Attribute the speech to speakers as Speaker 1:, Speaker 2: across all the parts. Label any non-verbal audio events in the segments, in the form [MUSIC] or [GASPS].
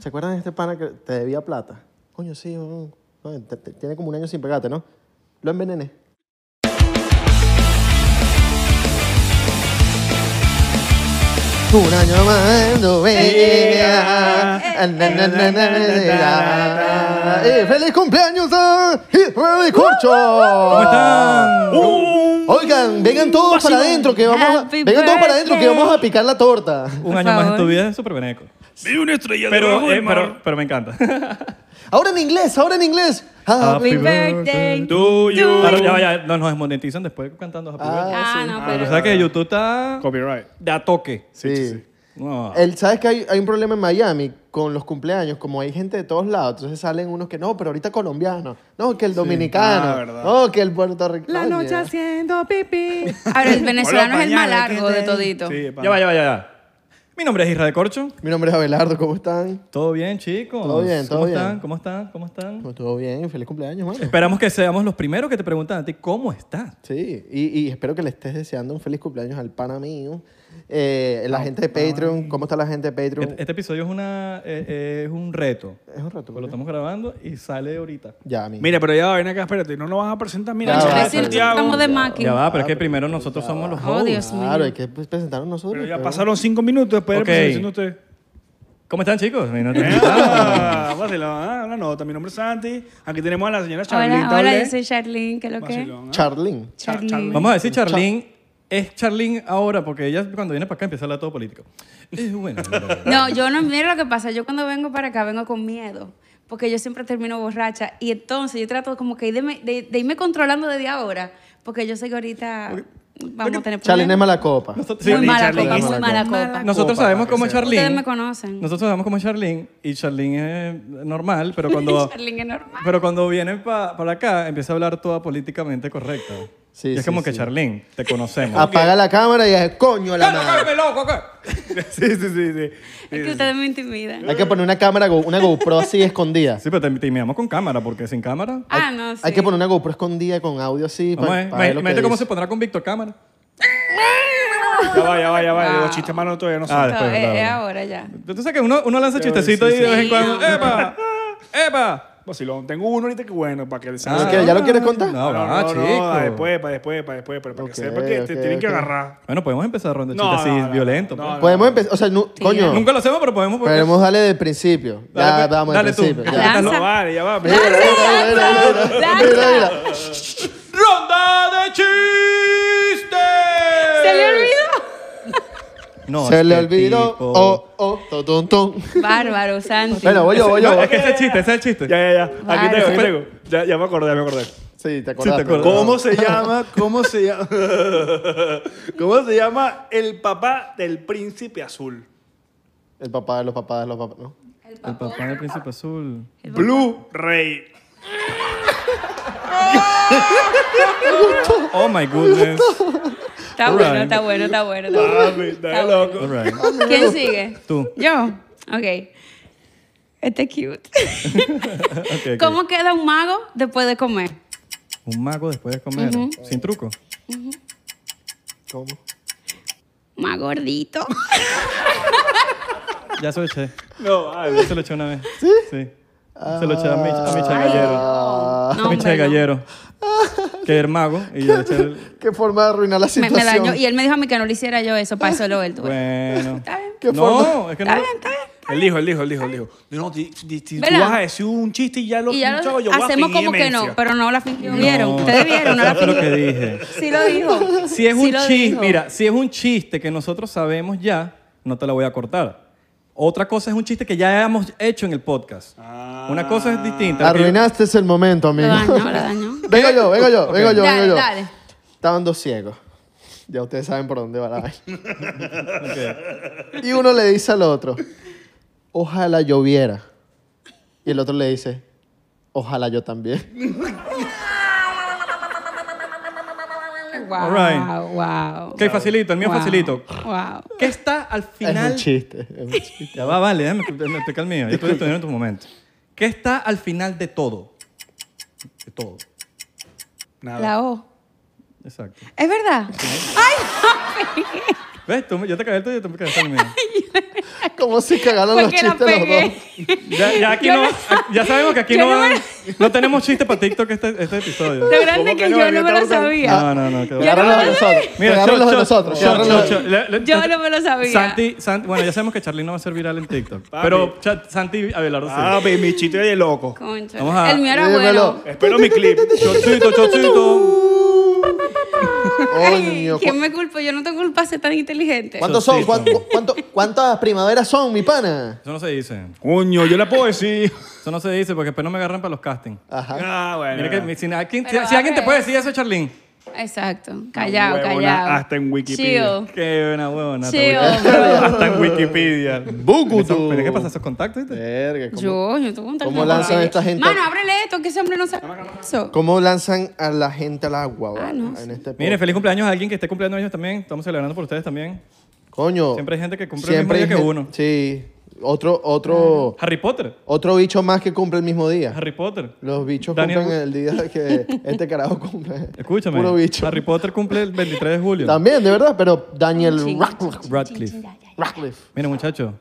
Speaker 1: ¿Se acuerdan de este pana que te debía plata? Coño, sí, no, no, te- te- tiene como un año sin pegarte, ¿no? Lo envenené. Un año más, no veía. Na, na, na, na, na, na, na. Eh, ¡Feliz cumpleaños ah, a Israel Corcho! ¿Cómo
Speaker 2: están?
Speaker 1: Oigan, vengan todos para adentro que vamos a,
Speaker 3: Happy
Speaker 1: vengan todos para adentro que
Speaker 3: birthday.
Speaker 1: vamos a picar la torta.
Speaker 2: Un año más en
Speaker 3: favor.
Speaker 2: tu vida es súper beneco.
Speaker 4: Vi una estrella
Speaker 2: Pero,
Speaker 4: debajo del
Speaker 2: eh,
Speaker 4: mar.
Speaker 2: pero, pero me encanta.
Speaker 1: Ahora en inglés, ahora en inglés. Ah,
Speaker 2: Happy
Speaker 3: Happy birthday.
Speaker 4: Do you-
Speaker 2: Ahora ya, ya, no nos desmonetizan después cantando Happy Birthday.
Speaker 1: ah,
Speaker 3: Ah,
Speaker 1: sí.
Speaker 3: no,
Speaker 2: Pero
Speaker 3: [LAUGHS] pero.
Speaker 2: sabes que YouTube está
Speaker 4: Copyright.
Speaker 2: de a toque.
Speaker 1: Sí.
Speaker 2: No.
Speaker 4: Ah.
Speaker 1: El, ¿Sabes que hay, hay un problema en Miami con los cumpleaños? Como hay gente de todos lados, entonces salen unos que no, pero ahorita colombiano, no, que el dominicano,
Speaker 4: Ah, verdad.
Speaker 1: no, que el puertorriqueño. Oye.
Speaker 2: haciendo pipí.
Speaker 3: Ahora, el venezolano
Speaker 4: Hola,
Speaker 3: es el más
Speaker 4: mañana, ¿qué
Speaker 3: largo de
Speaker 4: tal?
Speaker 3: todito.
Speaker 4: Sí, pana.
Speaker 2: Ya va, ya va, ya va. Mi nombre es Israel Corcho.
Speaker 1: Mi nombre es Abelardo, ¿cómo están?
Speaker 2: ¿Todo bien, chicos?
Speaker 1: Todo bien, todo
Speaker 2: ¿Cómo
Speaker 1: bien.
Speaker 2: Están? ¿Cómo están? ¿Cómo están?
Speaker 1: Pues, Todo bien, feliz cumpleaños, mano.
Speaker 2: Esperamos que seamos los primeros que te preguntan a ti cómo
Speaker 1: Uh.
Speaker 2: estás.
Speaker 1: Sí, y, y espero que le estés deseando un feliz cumpleaños al pana mío. Eh, la gente de Patreon, ¿cómo está la gente de Patreon?
Speaker 2: Este, este episodio es, una, eh, es un reto.
Speaker 1: Es un rato.
Speaker 2: Pues lo estamos grabando y sale ahorita.
Speaker 1: Ya, amigo.
Speaker 4: Mira, pero ya va, ven acá, espérate, no nos vas a presentar. Mira,
Speaker 1: Ya
Speaker 3: Concha,
Speaker 1: va,
Speaker 4: Chávez
Speaker 3: es decir,
Speaker 1: Santiago.
Speaker 3: estamos de máquina.
Speaker 2: Ya va, pero es que primero nosotros somos los
Speaker 3: Oh,
Speaker 2: hosts.
Speaker 3: Dios mío.
Speaker 1: Claro, hay que pues, presentarnos nosotros.
Speaker 4: Pero ya
Speaker 1: pero-
Speaker 4: pasaron cinco minutos después
Speaker 2: Ok.
Speaker 4: de la presentación de usted.
Speaker 2: ¿Cómo están, chicos?
Speaker 1: [LAUGHS]
Speaker 2: Mira, te invitamos.
Speaker 4: Ah, vacilón, ah, una nota. Mi nombre es Santi. Aquí tenemos a la señora Charlene.
Speaker 3: Hola, hola, yo
Speaker 4: Tablé.
Speaker 3: soy Charlene, ¿qué es lo que?
Speaker 4: Vacilón, ah.
Speaker 1: Charlene.
Speaker 4: Cha-
Speaker 3: Charlene.
Speaker 4: Charlene.
Speaker 2: Vamos a decir Charlene. Es Charlene ahora, porque ella cuando viene para acá empieza a hablar todo político.
Speaker 1: [LAUGHS]
Speaker 2: Es bueno.
Speaker 3: No, yo no, mira lo que pasa, yo cuando vengo para acá vengo con miedo, porque yo siempre termino borracha y entonces yo trato como que de, me- de- de irme controlando desde ahora, porque yo sé que ahorita vamos a tener
Speaker 1: Charlene es
Speaker 3: problemas.
Speaker 1: mala copa.
Speaker 2: Nosotros-
Speaker 3: Muy mala
Speaker 4: Charlene
Speaker 3: copa,
Speaker 4: es
Speaker 3: muy mala
Speaker 1: mala
Speaker 3: copa.
Speaker 2: Nosotros sabemos cómo es
Speaker 3: Ustedes me
Speaker 2: Charlene.
Speaker 3: conocen.
Speaker 2: Nosotros sabemos cómo es Charlene y Charlene es normal,
Speaker 3: [LAUGHS]
Speaker 2: pero cuando,
Speaker 3: Charlene es normal.
Speaker 2: pero cuando viene pa- para acá empieza a hablar toda políticamente correcta.
Speaker 1: Sí,
Speaker 2: y es
Speaker 1: sí,
Speaker 2: como que
Speaker 1: sí.
Speaker 2: Charlene, te conocemos.
Speaker 1: Apaga la cámara y es coño
Speaker 2: [LAUGHS]
Speaker 1: la madre.
Speaker 4: sí, sí, sí, sí.
Speaker 3: Es que ustedes me intimidan.
Speaker 1: Hay que poner una cámara, go- una GoPro así escondida.
Speaker 2: Sí, pero te, te miramos con cámara, porque sin cámara...
Speaker 3: [LAUGHS] Ah, no, sí.
Speaker 1: Hay que poner una GoPro escondida con audio así.
Speaker 2: Vamos a
Speaker 1: para
Speaker 2: ver, imag- imagínate cómo se pondrá con Víctor Cámara.
Speaker 4: Ya va, ya va, ya va.
Speaker 3: Wow.
Speaker 4: Los chistes malos todavía no
Speaker 2: Ah,
Speaker 4: son.
Speaker 2: después,
Speaker 3: No, es-
Speaker 2: claro.
Speaker 3: es ahora ya.
Speaker 2: Tú sabes que uno, uno lanza
Speaker 4: Claro,
Speaker 2: chistecitos
Speaker 4: sí,
Speaker 2: y de
Speaker 3: sí.
Speaker 2: vez en cuando...
Speaker 3: Sí.
Speaker 2: ¡Epa! ¡Epa!
Speaker 4: Vacilón. Tengo uno ahorita que bueno, para que se
Speaker 1: Ah, ¿qué? ¿Ya lo quieres contar?
Speaker 2: No, no,
Speaker 4: no,
Speaker 2: ah,
Speaker 4: pues.
Speaker 2: chico.
Speaker 4: para después, para después, para después, pero para
Speaker 1: Ok,
Speaker 4: que sepa que
Speaker 1: ok,
Speaker 4: te tienen que
Speaker 1: ok.
Speaker 4: agarrar.
Speaker 2: Bueno, podemos empezar ronda de
Speaker 4: No,
Speaker 2: chistes
Speaker 4: no,
Speaker 2: así
Speaker 4: no,
Speaker 2: violento.
Speaker 4: no,
Speaker 2: pues.
Speaker 4: no.
Speaker 1: Podemos empezar, o sea, nu- coño,
Speaker 2: Nunca lo hacemos, pero podemos. porque-
Speaker 1: podemos darle del principio.
Speaker 2: Dale,
Speaker 1: Ya,
Speaker 2: pues,
Speaker 1: vamos,
Speaker 2: dale
Speaker 1: del
Speaker 2: tú.
Speaker 1: principio. ya.
Speaker 3: Lanza.
Speaker 4: No vale, ya va.
Speaker 1: Mira, mira, mira, mira, mira, mira, mira.
Speaker 2: ¡Ronda de chistes!
Speaker 3: ¿Se le olvidó?
Speaker 2: No,
Speaker 1: Se le
Speaker 2: este
Speaker 1: olvidó.
Speaker 2: tipo-
Speaker 1: Oh, oh, to, ton, ton.
Speaker 3: Bárbaro, Santi.
Speaker 1: Bueno, voy yo, voy yo.
Speaker 2: No,
Speaker 1: voy
Speaker 2: es que
Speaker 1: yo.
Speaker 2: ese es el chiste, ese es el chiste.
Speaker 4: Ya, ya, ya. Aquí
Speaker 3: Vale.
Speaker 4: tengo, aquí tengo. Ya, ya me acordé, ya me acordé. Ah.
Speaker 1: Sí, te
Speaker 2: Sí, te
Speaker 1: acordaste.
Speaker 2: acordás.
Speaker 4: ¿Cómo se llama? ¿Cómo se llama? [LAUGHS] ¿Cómo se llama el papá del príncipe azul?
Speaker 1: El papá de los papás de los papás, ¿no?
Speaker 3: El
Speaker 2: El
Speaker 3: papá.
Speaker 2: papá del príncipe azul.
Speaker 3: El papá.
Speaker 4: Blue Rey.
Speaker 2: Oh my goodness.
Speaker 3: Está bueno, está bueno, está bueno. está bueno.
Speaker 4: Papi, está
Speaker 3: Está
Speaker 4: loco.
Speaker 2: All right.
Speaker 3: ¿Quién sigue?
Speaker 2: Tú.
Speaker 3: Yo. Ok. Este es cute.
Speaker 2: Ok, ok.
Speaker 3: ¿Cómo queda un mago después de comer?
Speaker 2: Un mago después de comer. Sin truco.
Speaker 1: ¿Cómo?
Speaker 3: Más gordito.
Speaker 2: Ya se lo eché.
Speaker 4: No, ah. vale.
Speaker 2: Ya se lo eché una vez. ¿Sí? Sí. Se lo eché a Mich- a Michel Gallero.
Speaker 1: Ah,
Speaker 3: No,
Speaker 2: Michel
Speaker 3: hombre, no.
Speaker 2: Gallero. Que es mago. Y yo eché el...
Speaker 1: qué forma de arruinar la
Speaker 3: Me,
Speaker 1: situación. Ah.
Speaker 3: me dañó. Y él me dijo a mí que no lo hiciera yo eso, para eso lo él tuvo.
Speaker 2: Bueno.
Speaker 3: pues. [LAUGHS] Está bien.
Speaker 1: ¿Qué
Speaker 2: No, es que
Speaker 3: Está
Speaker 2: no.
Speaker 3: bien, está bien.
Speaker 4: El hijo, el hijo, el hijo, el hijo. No, ti- ti- ti- tú
Speaker 3: ¿Verdad?
Speaker 4: vas a decir un chiste y ya lo
Speaker 3: Y ya
Speaker 4: escuchaba, yo
Speaker 3: lo
Speaker 4: voy a
Speaker 3: hacemos
Speaker 4: fingir
Speaker 3: como que no,
Speaker 4: demencia.
Speaker 3: pero no la fingieron. ¿Vieron?
Speaker 2: No.
Speaker 3: Ustedes
Speaker 2: [LAUGHS]
Speaker 3: vieron, no la
Speaker 2: Eso es lo que
Speaker 3: fingieron.
Speaker 2: dije.
Speaker 3: Sí lo dijo.
Speaker 2: Si es
Speaker 3: Sí
Speaker 2: un
Speaker 3: lo
Speaker 2: chiste,
Speaker 3: dijo.
Speaker 2: mira, si es un chiste que nosotros sabemos ya, no te la voy a cortar. Otra cosa es un chiste que ya hemos hecho en el podcast.
Speaker 1: Ah.
Speaker 2: Una cosa es distinta.
Speaker 1: Arruinaste el momento,
Speaker 3: Lo
Speaker 1: amigo.
Speaker 3: dañó, lo dañó.
Speaker 1: [LAUGHS] Vengo yo, vengo yo, vengo yo,
Speaker 3: Dale,
Speaker 1: vengo yo.
Speaker 3: dale.
Speaker 1: Estaban dos ciegos. Ya ustedes saben por dónde va la vaina.
Speaker 2: [LAUGHS] Ok.
Speaker 1: Y uno le dice al otro, ojalá lloviera. Y el otro le dice, ojalá yo también.
Speaker 3: Wow,
Speaker 2: All right.
Speaker 3: wow.
Speaker 2: Ok, facilito, el mío
Speaker 3: Wow,
Speaker 2: facilito.
Speaker 3: Wow.
Speaker 2: ¿Qué está al
Speaker 1: Es
Speaker 2: final?
Speaker 1: un chiste. es un
Speaker 3: [LAUGHS]
Speaker 1: chiste.
Speaker 2: Ya va, vale, déjame, déjame explicar el mío. Yo estoy estudiando en tu momento. ¿Qué está al final de todo? De todo.
Speaker 4: Nada.
Speaker 3: La O.
Speaker 2: Exacto.
Speaker 3: ¿Es verdad?
Speaker 2: ¿Ves? Tú, me- yo te cagué el tuyo y tú me cagaste el mío.
Speaker 1: Como si cagaron los
Speaker 3: Porque la
Speaker 1: chistes los dos.
Speaker 3: pegué.
Speaker 2: Ya, ya aquí
Speaker 3: Yo
Speaker 2: no,
Speaker 3: no-
Speaker 2: ya sabemos que aquí
Speaker 3: Yo
Speaker 2: no,
Speaker 3: no me-
Speaker 2: van- no tenemos chiste para TikTok este, este episodio.
Speaker 3: Lo grande
Speaker 4: ¿Cómo
Speaker 3: que
Speaker 4: que no?
Speaker 3: yo no me lo
Speaker 4: Estamos en-
Speaker 3: sabía.
Speaker 2: No, no, no. qué
Speaker 3: Ya
Speaker 1: Agarran
Speaker 3: no
Speaker 1: los
Speaker 3: me
Speaker 1: de
Speaker 3: lo
Speaker 1: nosotros.
Speaker 2: Mira,
Speaker 1: agarran
Speaker 2: shot,
Speaker 1: los de
Speaker 2: shot,
Speaker 1: nosotros.
Speaker 2: shot,
Speaker 1: agarran
Speaker 2: shot,
Speaker 1: los de-
Speaker 2: shot. Le- le-
Speaker 3: Yo no me lo sabía.
Speaker 2: Santi, Santi- bueno, ya sabemos que Charly no va a ser viral en TikTok.
Speaker 4: Papi.
Speaker 2: Pero Cha- Santi Abelardo sí.
Speaker 4: Ah, mi- mi chiste de loco.
Speaker 3: Concho.
Speaker 2: Vamos a-
Speaker 3: El mío era
Speaker 1: Dímelo.
Speaker 3: bueno.
Speaker 4: Espero mi clip.
Speaker 2: Chocito, chocito.
Speaker 3: Ay,
Speaker 1: oh, Coño,
Speaker 3: ¿Quién
Speaker 1: cu-
Speaker 3: me culpa? Yo no tengo culpa de ser tan inteligente.
Speaker 1: ¿Cuántos son?
Speaker 2: Chocito.
Speaker 1: ¿Cuán- cu- cuánto- ¿Cuántas primaveras son, mi pana?
Speaker 2: Eso no se dice.
Speaker 4: Coño, yo la puedo decir.
Speaker 2: Eso no se dice porque después no me agarran para los castings.
Speaker 1: Ajá.
Speaker 4: Ah, bueno.
Speaker 2: Mira que si, na- ¿quién- si-
Speaker 3: Pero
Speaker 2: si alguien te
Speaker 3: vale.
Speaker 2: puede decir eso, Charlín.
Speaker 3: Exacto. Callado,
Speaker 4: huevona,
Speaker 3: callado.
Speaker 4: hasta en Wikipedia.
Speaker 3: Chill.
Speaker 2: Qué buena huevona.
Speaker 3: Sí,
Speaker 2: te voy a-
Speaker 3: hombre.
Speaker 2: Hasta en Wikipedia.
Speaker 1: Bucutu.
Speaker 2: ¿Pero qué pasa esos contactos? viste?
Speaker 1: Verga, ¿cómo-
Speaker 3: Yo, yo tengo un contacto.
Speaker 1: ¿Cómo lanzan
Speaker 3: con
Speaker 1: esta
Speaker 3: nadie.
Speaker 1: gente?
Speaker 3: Mano, ábrele esto, que ese hombre no sabe eso.
Speaker 1: ¿Cómo lanzan a la gente al agua? vale,
Speaker 3: Ah, no.
Speaker 1: En este
Speaker 2: Miren,
Speaker 1: podcast?
Speaker 2: feliz cumpleaños a alguien que esté cumpliendo años también. Estamos celebrando por ustedes también.
Speaker 1: Coño.
Speaker 2: Siempre hay gente que cumple el
Speaker 1: siempre
Speaker 2: mismo
Speaker 1: hay
Speaker 2: día que
Speaker 1: gen-
Speaker 2: uno.
Speaker 1: Sí. Otro, otro,
Speaker 2: Harry Potter.
Speaker 1: otro bicho más que cumple el mismo día.
Speaker 2: Harry Potter.
Speaker 1: Los bichos
Speaker 2: Daniel
Speaker 1: cumplen el día
Speaker 2: [LAUGHS]
Speaker 1: que este carajo cumple.
Speaker 2: Escúchame.
Speaker 1: Puro bicho.
Speaker 2: Harry Potter cumple el 23 de julio.
Speaker 1: También, de verdad, pero Daniel
Speaker 3: Sí.
Speaker 1: Radcliffe.
Speaker 2: Radcliffe.
Speaker 1: Radcliffe.
Speaker 2: Miren, muchachos,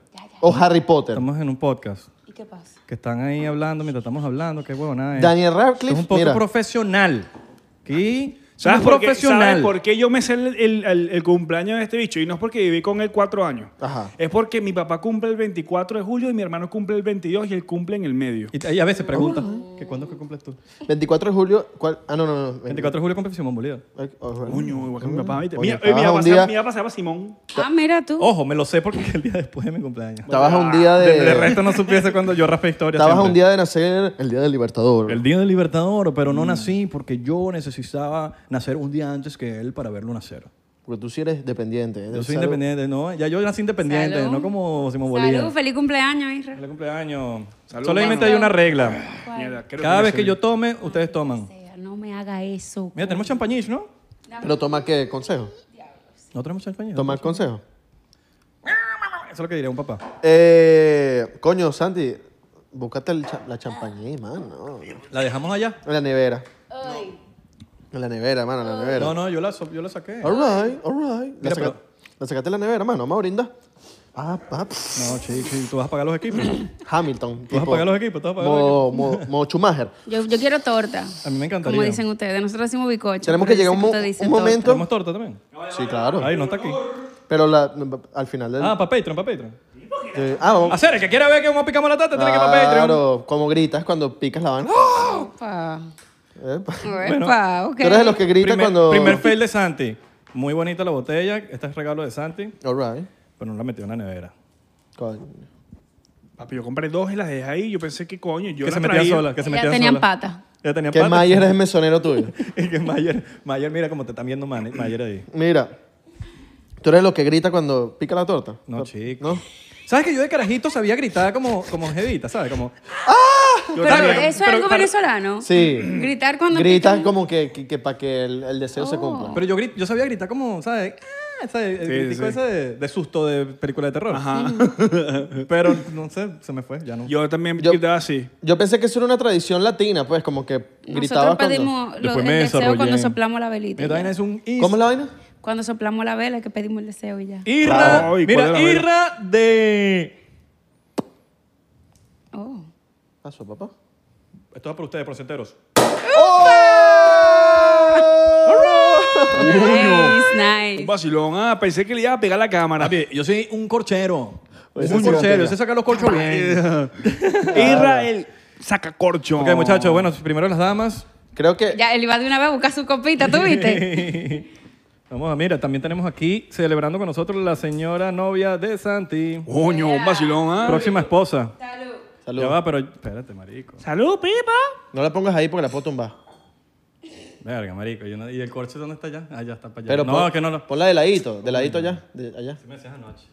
Speaker 1: O Harry Potter.
Speaker 2: estamos en un podcast
Speaker 3: ¿Y qué pasa?
Speaker 2: que están ahí hablando mientras estamos hablando. Qué huevonada. es.
Speaker 1: Daniel
Speaker 2: Esto
Speaker 1: Radcliffe,
Speaker 2: Es un poco
Speaker 1: mira.
Speaker 2: profesional. ¿Qué?
Speaker 4: ¿Sabes
Speaker 2: Un
Speaker 4: por, qué,
Speaker 2: profesional.
Speaker 4: ¿Sabes por qué yo me sé el, el- el- el cumpleaños de este bicho? Y no es porque viví con él cuatro años.
Speaker 1: Ajá.
Speaker 4: Es porque mi papá cumple el 24 de julio y mi hermano cumple el 22 y él cumple en el medio.
Speaker 2: Y, y a veces
Speaker 1: Oh.
Speaker 2: preguntan, ¿que ¿cuándo es que cumples tú?
Speaker 1: 24 de julio, ¿cuál? Ah, no, no, no.
Speaker 2: 24 de julio cumple Simón Bolívar.
Speaker 4: Coño, igual que mi papá. ¿viste?
Speaker 1: Coño,
Speaker 4: Mira, eh,
Speaker 1: estabas
Speaker 4: mi papá
Speaker 1: Ah. un
Speaker 4: se-
Speaker 1: día-
Speaker 4: mi papá se llama Simón.
Speaker 3: Ah, mira tú.
Speaker 2: Ojo, me lo sé porque [LAUGHS] es el día después de mi cumpleaños.
Speaker 1: Estabas a un día de...
Speaker 2: De Ah, resto no supiese cuando yo raspé historia.
Speaker 1: Pues, Estabas a
Speaker 2: siempre.
Speaker 1: un día de nacer el día del libertador.
Speaker 2: El día del Libertador, pero
Speaker 1: Mm.
Speaker 2: no nací porque yo necesitaba nacer un día antes que él para verlo nacer.
Speaker 1: Porque tú sí eres dependiente.
Speaker 2: Yo soy independiente, no, ya yo nací independiente,
Speaker 3: Salud.
Speaker 2: no como Simón
Speaker 3: Salud,
Speaker 2: Bolívar.
Speaker 3: feliz cumpleaños, Isra.
Speaker 2: Feliz cumpleaños.
Speaker 4: Salud,
Speaker 2: Solamente
Speaker 3: mano.
Speaker 2: hay una regla.
Speaker 3: ¿Cuál?
Speaker 4: Mierda, Ah, creo
Speaker 2: Cada
Speaker 4: me
Speaker 2: vez
Speaker 4: sé
Speaker 2: que
Speaker 4: el-
Speaker 2: yo tome, ustedes toman.
Speaker 3: O sea, No me haga eso.
Speaker 2: Mira, tenemos champañís, ¿no?
Speaker 1: Pero toma qué consejo.
Speaker 2: No tenemos champañís.
Speaker 1: Toma el consejo.
Speaker 2: Eso es lo que diría un papá.
Speaker 1: Eh, coño, Santi, búscate el cha- la champañí, mano. En
Speaker 2: ¿La dejamos allá?
Speaker 1: la nevera.
Speaker 3: Ay.
Speaker 1: En la nevera, mano, en la nevera.
Speaker 2: No, no, yo la, so- yo la saqué.
Speaker 1: All right, all right. La, saca-
Speaker 2: Mira, pero-
Speaker 1: la sacaste de la nevera, mano. Vamos a brindar. Ah, ah, pff.
Speaker 2: No, chico, tú vas a pagar los equipos. Tú
Speaker 1: Hamilton.
Speaker 2: vas a
Speaker 1: tipo,
Speaker 2: pagar los equipos, tú vas a pagar los equipos.
Speaker 1: Mo, mo, mo
Speaker 2: [LAUGHS]
Speaker 1: Schumacher.
Speaker 3: Yo, yo quiero torta.
Speaker 2: A mí me encantaría.
Speaker 3: Como dicen ustedes, nosotros decimos bizcocho.
Speaker 1: Tenemos
Speaker 3: pero
Speaker 1: que llegar
Speaker 3: yo sé
Speaker 1: un mo-
Speaker 3: ustedes dicen
Speaker 1: un
Speaker 3: torta.
Speaker 1: momento-
Speaker 2: ¿Tenemos torta también?
Speaker 1: Sí, claro.
Speaker 2: Ay, no está aquí.
Speaker 1: Pero la- al final del.
Speaker 2: Ah, para Patreon, para Patreon.
Speaker 1: de- ah, vamos.
Speaker 2: Hacer, el que quiera ver que uno picamos la tarta, tiene que ir para Patreon.
Speaker 1: Claro, como gritas cuando picas la
Speaker 3: [GASPS]
Speaker 1: banca.
Speaker 3: Opa.
Speaker 1: Epa.
Speaker 3: Opa, ok.
Speaker 1: Tú eres de los que gritan
Speaker 2: Primer,
Speaker 1: cuando.
Speaker 2: primer fail de Santi. Muy bonita la botella. Este es regalo de Santi,
Speaker 1: All right.
Speaker 2: pero no la metió en la nevera.
Speaker 1: Coño.
Speaker 4: Papi, yo compré dos y las dejé ahí. Yo pensé que coño, yo
Speaker 2: que se
Speaker 4: las
Speaker 2: metía
Speaker 4: traía.
Speaker 2: sola, que se
Speaker 3: Ellas
Speaker 2: metía
Speaker 3: tenían
Speaker 2: sola.
Speaker 3: patas.
Speaker 2: Ya tenían
Speaker 1: Que
Speaker 2: patas. [LAUGHS]
Speaker 1: Mayer es el mesonero tuyo.
Speaker 2: y que Mayer, Mayer, mira cómo te están viendo Man- Mayer ahí.
Speaker 1: Mira, tú eres lo que grita cuando pica la torta.
Speaker 2: No, chico.
Speaker 1: ¿No?
Speaker 2: ¿Sabes que yo de carajito sabía gritar como, como jevita, ¿sabes? Como,
Speaker 4: Yo
Speaker 3: Pero
Speaker 4: también.
Speaker 3: eso es algo venezolano.
Speaker 1: Sí.
Speaker 3: Gritar cuando
Speaker 1: Grita
Speaker 3: pican.
Speaker 1: como que, que, para que el, el deseo se
Speaker 3: Oh.
Speaker 1: cumpla.
Speaker 2: pero yo, grit- yo sabía gritar como, ¿sabes? Ah, ¿sabes? El
Speaker 4: Sí,
Speaker 2: gritico
Speaker 4: sí.
Speaker 2: ese de, de susto de película de terror.
Speaker 4: Ajá.
Speaker 2: [LAUGHS] Pero, no sé, se me fue, ya no.
Speaker 4: Yo también
Speaker 1: Yo-
Speaker 4: gritaba así.
Speaker 1: Yo pensé que eso era una tradición latina, pues, como que gritabas
Speaker 3: Nosotros
Speaker 1: cuando...
Speaker 3: pedimos lo-
Speaker 2: Después
Speaker 3: el
Speaker 2: me
Speaker 3: deseo
Speaker 2: desarrollé.
Speaker 3: cuando soplamos la velita.
Speaker 2: Mira, también es un is-
Speaker 1: ¿Cómo es la vaina?
Speaker 3: Cuando soplamos la vela es que pedimos el deseo y ya.
Speaker 2: Irra,
Speaker 4: Claro. Ay, ¿cuál
Speaker 2: mira,
Speaker 4: era?
Speaker 2: Irra de...
Speaker 3: Oh.
Speaker 1: Pasó, papá.
Speaker 2: Esto es por ustedes, por centeros.
Speaker 3: Nice, nice.
Speaker 4: Un vacilón. Ah, pensé que le iba a pegar la cámara. [LAUGHS]
Speaker 2: Papi, yo soy un corchero.
Speaker 1: Pues
Speaker 2: un
Speaker 1: ese sí lo
Speaker 2: corchero,
Speaker 1: pega.
Speaker 2: yo sé sacar los corchos bien.
Speaker 4: Israel saca corcho.
Speaker 2: ok, muchachos, bueno, primero las damas.
Speaker 1: Creo que...
Speaker 3: Ya, él iba de una vez a buscar su copita, ¿tú
Speaker 2: [LAUGHS]
Speaker 3: viste?
Speaker 2: Vamos a, mira, también tenemos aquí celebrando con nosotros la señora novia de Santi.
Speaker 4: Coño, un vacilón, ah.
Speaker 2: Próxima esposa.
Speaker 3: Salud.
Speaker 1: Salud.
Speaker 2: Ya va, pero espérate, marico.
Speaker 4: Salud, Pipa.
Speaker 1: No la pongas ahí porque la puedo tumbar.
Speaker 2: Verga, marico. yo no- ¿Y el corcho dónde está ya? Ah, ya está para allá.
Speaker 1: Pero
Speaker 2: no,
Speaker 1: pon-
Speaker 2: que no lo...
Speaker 1: ponla de ladito, de ladito allá, de allá.
Speaker 2: Me decías anoche.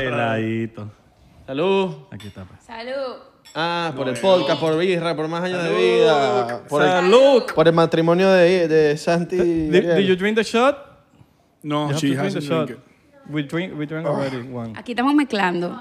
Speaker 2: Peladito.
Speaker 1: Salud.
Speaker 2: Aquí está. pues.
Speaker 3: Salud.
Speaker 1: Ah, por el podcast, por birra, por más años de vida. Por el,
Speaker 2: Salud.
Speaker 1: por el matrimonio de, de Santi. y
Speaker 2: Did, did
Speaker 1: Ariel.
Speaker 2: you drink the shot?
Speaker 4: No,
Speaker 2: You have
Speaker 4: she
Speaker 2: to drink the
Speaker 4: hasn't
Speaker 2: shot.
Speaker 4: drink it.
Speaker 2: We drink, we drank already one.
Speaker 3: Aquí estamos mezclando.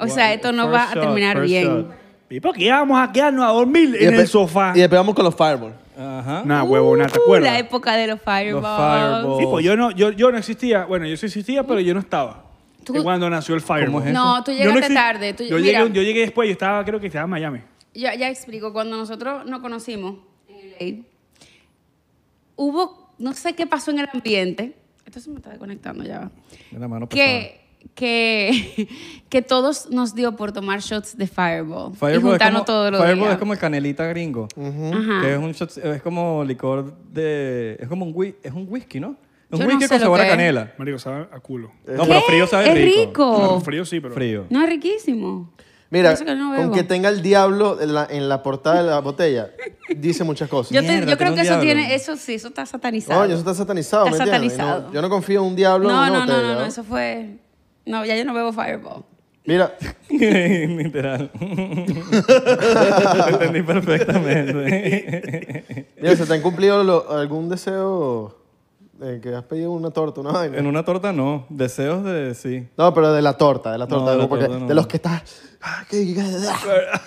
Speaker 3: O sea, esto no
Speaker 2: First
Speaker 3: va a
Speaker 2: shot,
Speaker 3: terminar
Speaker 2: first
Speaker 3: bien.
Speaker 2: shot.
Speaker 4: Pipa, que ya vamos a quedarnos a dormir
Speaker 1: Y
Speaker 4: en
Speaker 1: después-
Speaker 4: el sofá. ¿Ah?
Speaker 1: Y después vamos con los fireballs.
Speaker 2: Ajá.
Speaker 4: Una huevona, ¿te acuerdas?
Speaker 3: Uh, La época de los fireballs.
Speaker 2: fireballs.
Speaker 4: Sí, pues yo no, yo, yo no existía. Bueno, yo sí existía, pero yo no estaba.
Speaker 3: Tú-
Speaker 4: Que Cuando nació el Fireball.
Speaker 2: ¿Cómo es
Speaker 3: No, tú
Speaker 4: Yo
Speaker 3: llegaste
Speaker 4: exist-
Speaker 3: tarde. Tú-
Speaker 4: yo,
Speaker 3: mira,
Speaker 4: llegué, yo llegué después, yo estaba, creo que estaba en Miami.
Speaker 3: Ya, ya explico, cuando nosotros nos conocimos en LA, hubo, no sé qué pasó en el ambiente, esto se me está desconectando ya, va.
Speaker 2: De la mano
Speaker 3: que, que, [LAUGHS] que todos nos dio por tomar shots de Fireball,
Speaker 2: pasada. Fireball
Speaker 3: y
Speaker 2: es
Speaker 3: juntarnos
Speaker 2: como-
Speaker 3: todos los
Speaker 2: Fireball
Speaker 3: días.
Speaker 2: es como el canelita gringo.
Speaker 3: Ajá.
Speaker 2: Que es un shot- es como licor de. Es como un, whi- es un whisky, ¿no? Es un
Speaker 3: Yo no
Speaker 2: whisky
Speaker 3: sé
Speaker 2: con
Speaker 3: lo
Speaker 2: sabor
Speaker 3: que
Speaker 2: a
Speaker 3: es.
Speaker 2: canela.
Speaker 4: Marico, sabe a culo.
Speaker 2: No,
Speaker 3: ¿Qué?
Speaker 2: pero frío sabe
Speaker 3: es rico.
Speaker 4: Claro, frío sí, pero.
Speaker 2: Frío.
Speaker 3: No, es riquísimo. Por
Speaker 1: Mira,
Speaker 3: eso que no
Speaker 1: con
Speaker 3: bebo.
Speaker 1: que tenga el diablo en la, en la portada de la botella, dice muchas cosas.
Speaker 3: yo, te-
Speaker 2: Mierda,
Speaker 3: yo
Speaker 2: tiene
Speaker 3: creo
Speaker 2: un
Speaker 3: que eso
Speaker 2: diablo.
Speaker 3: tiene, eso sí, eso está satanizado.
Speaker 1: Coño, eso está satanizado,
Speaker 3: Está
Speaker 1: ¿me entiendes?
Speaker 3: satanizado.
Speaker 1: No, yo no confío en un diablo
Speaker 3: no,
Speaker 1: en una
Speaker 3: no, no,
Speaker 1: botella.
Speaker 3: no, no,
Speaker 1: ¿no?
Speaker 3: eso fue, no, ya yo no bebo Fireball.
Speaker 1: Mira,
Speaker 2: [LAUGHS] Literal. Entendí perfectamente.
Speaker 1: mira, ¿se te han cumplido lo- algún deseo de que has pedido una torta, una vaina?
Speaker 2: en una torta no. Deseos de sí.
Speaker 1: No, pero de la torta, de la torta.
Speaker 2: de la
Speaker 1: algo porque-
Speaker 2: torta no.
Speaker 1: De los que estás... ah,
Speaker 2: [LAUGHS]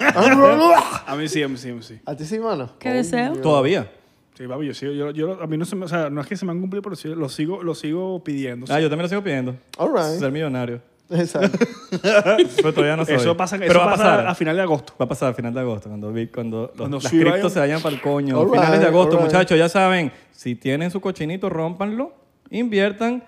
Speaker 1: ¿A
Speaker 4: A mí sí, a mí sí, a mí sí.
Speaker 1: ti sí, mano?
Speaker 3: ¿Qué deseo?
Speaker 2: Todavía.
Speaker 4: Sí, papi, yo, sigo- yo, yo- a mí no se me, o sea, no es que se me han cumplido, pero sí, lo sigo, lo sigo pidiendo.
Speaker 2: Ah, yo también lo sigo pidiendo.
Speaker 1: All right.
Speaker 2: Ser millonario.
Speaker 1: Exacto.
Speaker 2: Pero todavía no soy.
Speaker 4: eso pasa,
Speaker 2: Pero
Speaker 4: eso
Speaker 2: va a
Speaker 4: pasa
Speaker 2: pasar.
Speaker 4: a final de agosto.
Speaker 2: Va a pasar a final de agosto, cuando, vi- cuando, los-
Speaker 4: Cuando
Speaker 2: las
Speaker 4: sí
Speaker 2: criptos
Speaker 4: vayan.
Speaker 2: se vayan para el coño.
Speaker 1: All
Speaker 2: Finales de
Speaker 1: right,
Speaker 2: agosto,
Speaker 1: all right.
Speaker 2: muchachos, ya saben. Si tienen su cochinito, rompanlo, inviertan.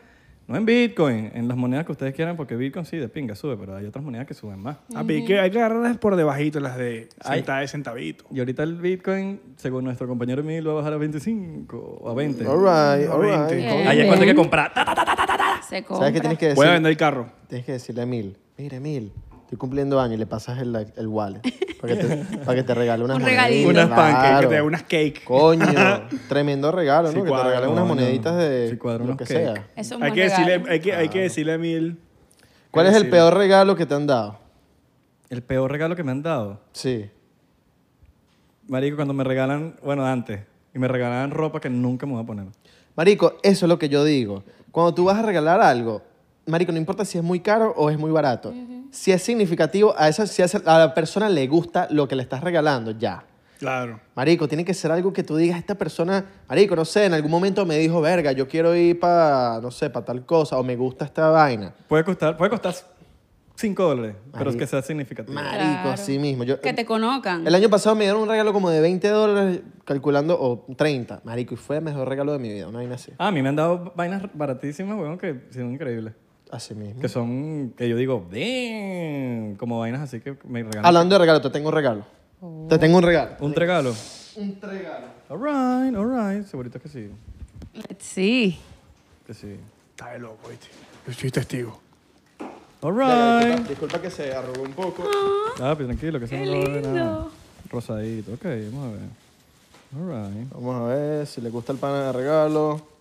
Speaker 2: No en Bitcoin, en las monedas que ustedes quieran, porque Bitcoin sí, de pinga sube, pero hay otras monedas que suben más.
Speaker 4: Papi, que hay que agarrarlas por debajito, las de
Speaker 2: Ay.
Speaker 4: centavos de centavito.
Speaker 2: Y ahorita el Bitcoin, según nuestro compañero Emil, va a bajar a 25 o a 20.
Speaker 1: All right, all right.
Speaker 4: Veinte.
Speaker 1: Coño.
Speaker 2: Ahí es cuando hay que comprar. Ta, ta, ta.
Speaker 3: Se
Speaker 1: ¿Sabes qué
Speaker 3: compra.
Speaker 1: tienes que
Speaker 4: Voy a
Speaker 1: decir?
Speaker 4: vender el carro.
Speaker 1: Tienes que decirle a Emil, mira Emil, estoy cumpliendo años y le pasas el, el wallet para que te,
Speaker 3: [LAUGHS]
Speaker 1: para que te regale unas
Speaker 3: Un regalito.
Speaker 1: moneditas,
Speaker 2: Unas pancakes,
Speaker 1: claro.
Speaker 4: Que te dé unas cake.
Speaker 1: Coño, tremendo regalo, ¿no?
Speaker 4: Sí,
Speaker 1: que
Speaker 4: cuadro,
Speaker 1: te regalen unas
Speaker 2: coño.
Speaker 1: moneditas de
Speaker 2: Sí, cuadro,
Speaker 1: lo
Speaker 2: unos
Speaker 1: que
Speaker 2: cake.
Speaker 1: sea.
Speaker 3: Eso es un
Speaker 4: Hay que,
Speaker 3: buen regalo.
Speaker 4: decirle, hay, que, hay que decirle a Mil.
Speaker 1: ¿Cuál es el peor regalo que te han dado?
Speaker 2: El peor regalo que me han dado.
Speaker 1: Sí.
Speaker 2: Marico, cuando me regalan, bueno, antes, y me regalaban ropa que nunca me voy a poner.
Speaker 1: Marico, eso es lo que yo digo. Cuando tú vas a regalar algo, Marico, no importa si es muy caro o es muy barato. Si es significativo, a, esa, si a esa- a la persona le gusta lo que le estás regalando, ya.
Speaker 4: Claro.
Speaker 1: Marico, tiene que ser algo que tú digas, esta persona, Marico, no sé, en algún momento me dijo, verga, yo quiero ir para, no sé, para tal cosa, o me gusta esta vaina.
Speaker 2: Puede costar, puede costar 5 dólares, pero es
Speaker 1: Marico.
Speaker 2: que sea significativo.
Speaker 1: Marico,
Speaker 3: Claro.
Speaker 1: así mismo. Yo,
Speaker 3: Que te conozcan.
Speaker 1: el año pasado me dieron un regalo como de 20 dólares, calculando, o 30, Marico, y fue el mejor regalo de mi vida, una vaina así.
Speaker 2: Ah, a mí me han dado vainas baratísimas, weón, que son increíbles.
Speaker 1: Así mismo.
Speaker 2: Que son, que yo digo, damn, como vainas así que me regalan.
Speaker 1: Hablando de regalo, te tengo un regalo.
Speaker 3: Oh.
Speaker 1: Te tengo un regalo.
Speaker 2: Un regalo. Un regalo. All right, all right. Segurito que sí,
Speaker 3: Sí.
Speaker 2: que sí.
Speaker 4: Está de loco, ¿viste? Yo soy testigo.
Speaker 2: All right.
Speaker 1: Disculpa que se arrugó un poco.
Speaker 2: Ah, pero tranquilo, que eso no
Speaker 3: Qué
Speaker 2: lo va a ver
Speaker 3: lindo.
Speaker 2: nada. Rosadito, ok, vamos a ver. All right.
Speaker 1: Vamos a ver si le gusta el pana de regalo.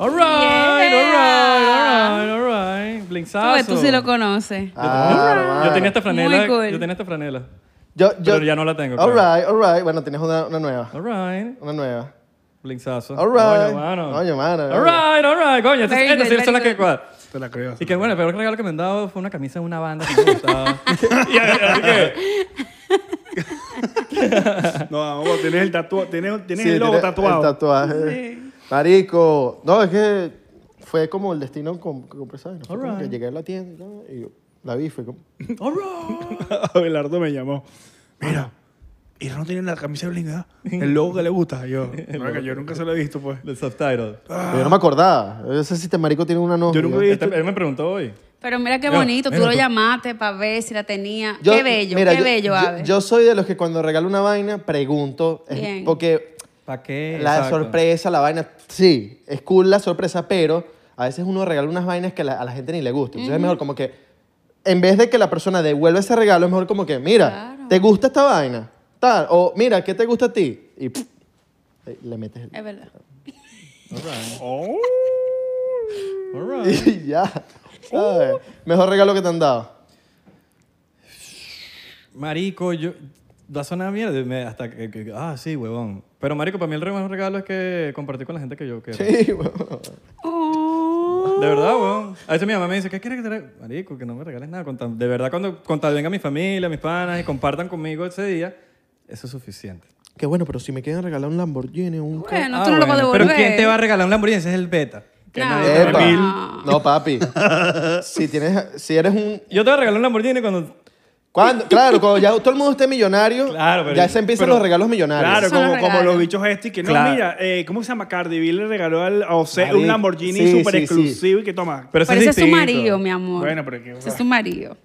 Speaker 2: All right, all right, all right, all right.
Speaker 3: Tú,
Speaker 2: Blinzazo.
Speaker 3: tú sí lo conoces.
Speaker 1: Ah. Claro,
Speaker 2: Yo tenía esta franela,
Speaker 3: Muy cool.
Speaker 2: yo tenía esta franela.
Speaker 1: Yo, yo,
Speaker 2: Pero ya no la tengo,
Speaker 1: All
Speaker 2: claro.
Speaker 1: right, all right. Bueno, tienes una, una nueva.
Speaker 2: All right.
Speaker 1: Una nueva.
Speaker 2: Blinzazo.
Speaker 1: All right.
Speaker 2: Coño, mano.
Speaker 1: Coño, mano.
Speaker 2: All right, all right, coño. Estas
Speaker 3: Very
Speaker 2: estas
Speaker 3: good,
Speaker 2: sí son las
Speaker 3: very
Speaker 2: que cuadran.
Speaker 4: Te la creo.
Speaker 2: Y que bueno, el peor regalo que me han dado fue una camisa de una banda que
Speaker 1: [LAUGHS]
Speaker 2: me gustaba. y así que,
Speaker 4: No, vamos, tienes el tatuaje. Tienes, tienes
Speaker 1: Sí,
Speaker 4: el logo
Speaker 1: tiene
Speaker 4: tatuado.
Speaker 1: El tatuaje. Marico. No, es que fue como el destino con que compré esa vaina. Fue
Speaker 2: All
Speaker 1: como que
Speaker 2: right.
Speaker 1: llegué a la tienda y todo, y yo la vi fue como...
Speaker 2: all right.
Speaker 4: [LAUGHS] Abelardo me llamó. Mira, y no tiene la camisa blindada. El logo que le gusta. Y Yo, "Verga, yo nunca se lo he visto, pues.
Speaker 2: El subtitle.
Speaker 1: Yo no me acordaba. Yo sé si te marico tiene una novia.
Speaker 4: Yo nunca vi
Speaker 2: Este- él me preguntó hoy.
Speaker 3: Pero mira qué
Speaker 2: Mira,
Speaker 3: bonito, tú
Speaker 2: mira
Speaker 3: lo
Speaker 2: tú.
Speaker 3: llamaste para ver si la tenía.
Speaker 1: Yo-
Speaker 3: qué bello,
Speaker 1: mira,
Speaker 3: qué
Speaker 1: yo-
Speaker 3: bello,
Speaker 1: yo,
Speaker 3: Ave.
Speaker 1: yo soy de los que cuando regalo una vaina pregunto. es-
Speaker 3: Bien.
Speaker 1: porque
Speaker 2: ¿Para qué?
Speaker 1: la
Speaker 2: Exacto.
Speaker 1: sorpresa, la vaina. Sí, es cool la sorpresa, pero a veces uno regala unas vainas que la- a la gente ni le gusta. Entonces es mejor como que. En vez de que la persona devuelva ese regalo, es mejor como que, mira,
Speaker 3: Claro.
Speaker 1: ¿te gusta esta vaina? Tal. O mira, ¿qué te gusta a ti? Y pff, eh, le metes el. [LAUGHS]
Speaker 3: [LAUGHS] es verdad.
Speaker 2: All right.
Speaker 4: Oh.
Speaker 2: All right.
Speaker 1: Y ya. ¿sabes? Mejor regalo que te han dado. [LAUGHS]
Speaker 2: Marico, yo. Va a sonar mierda. me- hasta que, que- que- Ah, sí, huevón. Pero, Marico, para mí el re- mejor regalo es que compartir con la gente que yo quiero.
Speaker 1: Sí, bueno.
Speaker 3: Oh.
Speaker 2: De verdad, huevón. A veces mi mamá me dice, ¿qué quieres que te regale? Marico, que no me regales nada. Con tal- de verdad, cuando, con tal venga mi familia, mis panas y compartan conmigo ese día, eso es suficiente.
Speaker 1: que bueno, pero si me quieren regalar un Lamborghini, un... ca-
Speaker 3: Bueno,
Speaker 2: Ah,
Speaker 3: tú no lo vas a
Speaker 2: bueno,
Speaker 3: devolver.
Speaker 2: Pero ¿quién te va a regalar un Lamborghini? Ese es el beta. Que
Speaker 3: No.
Speaker 2: nadie-
Speaker 1: Epa.
Speaker 4: Mil.
Speaker 1: No, papi. si, tienes, si eres un...
Speaker 2: Yo te voy a regalar un Lamborghini cuando...
Speaker 1: cuando- claro, cuando ya todo el mundo esté millonario,
Speaker 2: Claro, pero-
Speaker 1: ya se empiezan
Speaker 4: pero-
Speaker 1: los regalos millonarios.
Speaker 4: Claro,
Speaker 3: Son los
Speaker 4: como, como
Speaker 3: regalos.
Speaker 4: los bichos estos que no,
Speaker 2: Claro.
Speaker 4: mira, eh, ¿cómo se llama? Cardi B le regaló al, a José
Speaker 1: Marico,
Speaker 4: un Lamborghini
Speaker 1: sí, sí,
Speaker 4: super
Speaker 1: sí.
Speaker 4: exclusivo y que toma.
Speaker 2: Pero ese
Speaker 3: Pero ese es tu
Speaker 2: distinto.
Speaker 3: marido, mi amor.
Speaker 4: Bueno, pero qué-
Speaker 3: Ese es tu marido.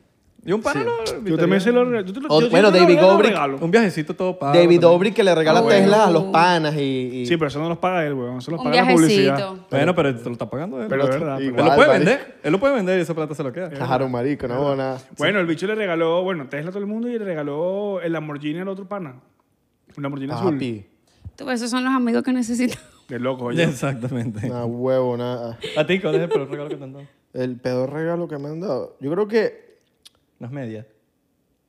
Speaker 2: Yo un pana no-
Speaker 4: Yo también se lo regalo. yo te lo-
Speaker 1: O-
Speaker 4: yo- yo
Speaker 1: bueno,
Speaker 4: te lo
Speaker 1: David
Speaker 4: regalo,
Speaker 1: Dobrik.
Speaker 4: regalo.
Speaker 2: Un viajecito todo pago.
Speaker 1: David
Speaker 2: también.
Speaker 1: Dobrik que le regala
Speaker 3: Ah, bueno.
Speaker 1: Tesla a los panas y... y-
Speaker 4: Sí, pero eso no los paga él, weón. Eso los
Speaker 3: Un
Speaker 4: paga la publicidad.
Speaker 3: viajecito.
Speaker 2: Bueno, pero te lo está pagando él.
Speaker 4: Pero es verdad.
Speaker 1: Igual,
Speaker 2: él lo puede
Speaker 1: marico.
Speaker 2: vender. Él lo puede vender y esa plata se lo queda.
Speaker 1: Claro, marico, no, nada.
Speaker 4: Bueno, el bicho le regaló, bueno, Tesla a todo el mundo y le regaló el Lamborghini al otro pana. Un Lamborghini azul.
Speaker 1: Papi,
Speaker 3: Tú, esos son los amigos que necesito.
Speaker 4: De loco,
Speaker 2: Ya,
Speaker 4: oye.
Speaker 2: Exactamente.
Speaker 1: una huevo, nada.
Speaker 2: A ti, ¿cuál es el peor regalo que te han dado?
Speaker 1: El peor regalo que me han dado. Yo creo que,
Speaker 2: Las medias.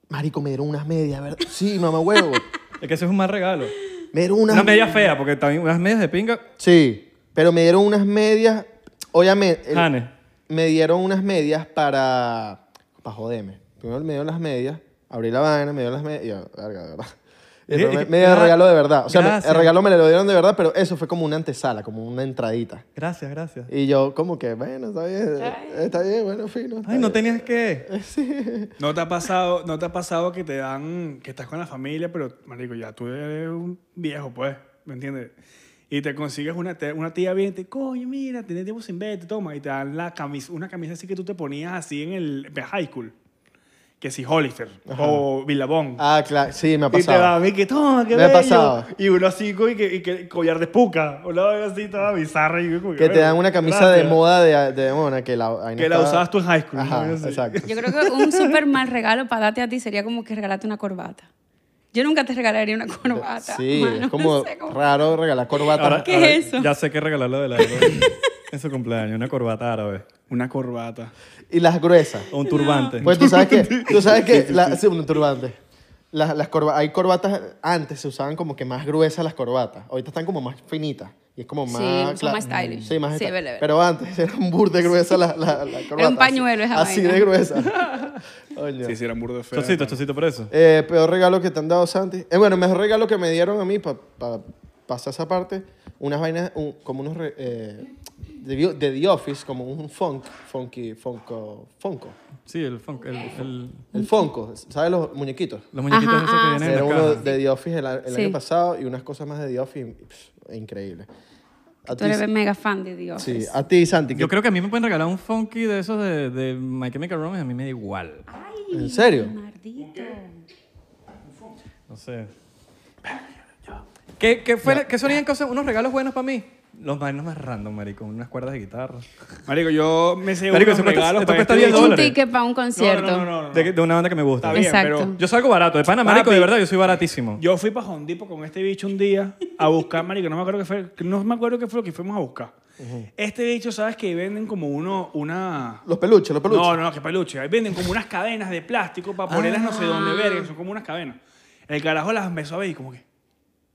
Speaker 1: marico, me dieron unas medias, ¿verdad? Sí, mamá huevo.
Speaker 2: Es que eso es un mal regalo.
Speaker 1: Me dieron unas
Speaker 2: Una media fea, porque también unas medias de pinga.
Speaker 1: Sí, pero me dieron unas medias, obviamente, el-
Speaker 2: Jane.
Speaker 1: me dieron unas medias para, para joderme. Primero me dieron las medias, abrí la vaina, me dieron las medias, y yo, verga, de
Speaker 4: [LAUGHS]
Speaker 1: verdad. Y después
Speaker 4: Eh,
Speaker 1: me, me dieron el
Speaker 2: Gra-
Speaker 1: regalo de verdad. O sea, me-
Speaker 2: gracias.
Speaker 1: el regalo me lo dieron de verdad, pero eso fue como una antesala, como una entradita.
Speaker 2: Gracias, gracias.
Speaker 1: Y yo, como que, bueno, está bien, eh, está bien, bueno, fino. está
Speaker 2: Ay, no
Speaker 1: bien.
Speaker 2: tenías que.
Speaker 4: ¿No te ha pasado, no te ha pasado que te dan, que estás con la familia, pero, marico, ya tú eres un viejo, pues, ¿me entiendes? Y te consigues una, te- una tía bien, te, coño, mira, tienes tiempo sin verte, toma, y te dan la camisa, una camisa así que tú te ponías así en el en high school, que si Hollister o Billabong.
Speaker 1: Ah, claro, sí, me ha
Speaker 4: y te
Speaker 1: pasado.
Speaker 4: dan, y que toma, qué
Speaker 1: Me ha
Speaker 4: bello".
Speaker 1: pasado.
Speaker 4: Y uno así, co- y que, y que collar de puca, una vaina así toda bizarra. y yo como
Speaker 1: Que te
Speaker 4: "Bueno,
Speaker 1: dan una camisa de
Speaker 4: gracias".
Speaker 1: moda de, de mona que la, vaina
Speaker 4: Que la
Speaker 1: estaba-
Speaker 4: usabas tú en high school, ¿no?
Speaker 1: Ajá,
Speaker 4: Yo sé.
Speaker 1: exacto.
Speaker 3: [LAUGHS] Yo creo que un súper mal regalo para darte a ti sería como que regalarte una corbata. Yo nunca te regalaría una corbata.
Speaker 1: Sí,
Speaker 3: mano,
Speaker 1: es como
Speaker 3: no sé cómo-
Speaker 1: raro regalar corbata.
Speaker 3: ¿Qué
Speaker 2: ahora
Speaker 3: es eso?
Speaker 2: Ya sé que regalarlo de la en su cumpleaños, una corbata árabe.
Speaker 4: Una corbata.
Speaker 1: Y las gruesas.
Speaker 2: O un turbante.
Speaker 1: Pues tú sabes [LAUGHS] que, tú sabes que la- sí, un turbante. Las, las corba- hay corbatas, antes se usaban como que más gruesas las corbatas. Ahorita están como más finitas. Y es como
Speaker 3: Sí,
Speaker 1: más...
Speaker 3: son
Speaker 1: cla-
Speaker 3: más stylish.
Speaker 1: Sí, más
Speaker 3: Sí,
Speaker 1: stylish.
Speaker 3: verdad, verdad.
Speaker 1: Pero antes [LAUGHS] eran burde gruesas las las- las corbatas.
Speaker 3: pañuelo
Speaker 1: así,
Speaker 3: esa
Speaker 1: Así
Speaker 3: vaina.
Speaker 1: de
Speaker 3: [LAUGHS]
Speaker 1: gruesa. Coño.
Speaker 4: Sí, sí, eran burdo de feo.
Speaker 2: Chocito, chocito por eso.
Speaker 1: Eh, peor regalo que te han dado, Santi. Eh, bueno, mejor regalo que me dieron a mí, para pasar esa parte, unas vainas, un- como unos... re- eh, de, The- de The Office, como un funk, funky, funko, funko.
Speaker 2: Sí, el funk, el, el-
Speaker 1: El funko, ¿sabes los muñequitos?
Speaker 2: los muñequitos
Speaker 3: Ajá,
Speaker 2: esos que
Speaker 3: ah,
Speaker 2: vienen
Speaker 1: Era
Speaker 2: en la
Speaker 1: uno
Speaker 2: caja.
Speaker 1: de The Office el, a- el
Speaker 3: Sí.
Speaker 1: año pasado y unas cosas más de The Office. y, pff, increíble. A
Speaker 3: Tú
Speaker 1: ti,
Speaker 3: eres mega fan de Dios.
Speaker 1: sí, a ti, Santi.
Speaker 2: Yo
Speaker 1: ¿qué-
Speaker 2: creo que a mí me pueden regalar un funky de esos de, de My Chemical Romance, a mí me da igual.
Speaker 1: ¿En serio?
Speaker 3: Maldito.
Speaker 2: No sé. ¿Qué, qué, fue, ¿qué serían cosas, unos regalos buenos para mí? Los más, más random, marico, unas cuerdas de guitarra.
Speaker 4: Marico, yo me sé
Speaker 2: Marico,
Speaker 4: unos
Speaker 2: eso cuesta-
Speaker 4: regalos
Speaker 2: esto
Speaker 4: para
Speaker 2: cuesta 10
Speaker 4: este bicho.
Speaker 3: Un
Speaker 2: dólares.
Speaker 3: ticket para un concierto.
Speaker 4: No, no, no, no, no.
Speaker 2: De, de una banda que me gusta.
Speaker 4: Está bien,
Speaker 3: Exacto.
Speaker 4: pero
Speaker 2: Yo salgo barato, de pana, marico,
Speaker 4: Papi.
Speaker 2: de verdad, yo soy baratísimo.
Speaker 4: yo fui para Hondipo con este bicho un día a buscar, marico, no me acuerdo qué fue, no me acuerdo qué fue lo que fuimos a buscar. Este bicho, ¿sabes que venden como uno, una...
Speaker 1: Los peluches, los peluches.
Speaker 4: No, no, que peluche. Ahí venden como unas cadenas de plástico para ponerlas no sé dónde, verga, son como unas cadenas. El carajo las empezó a ver y como que,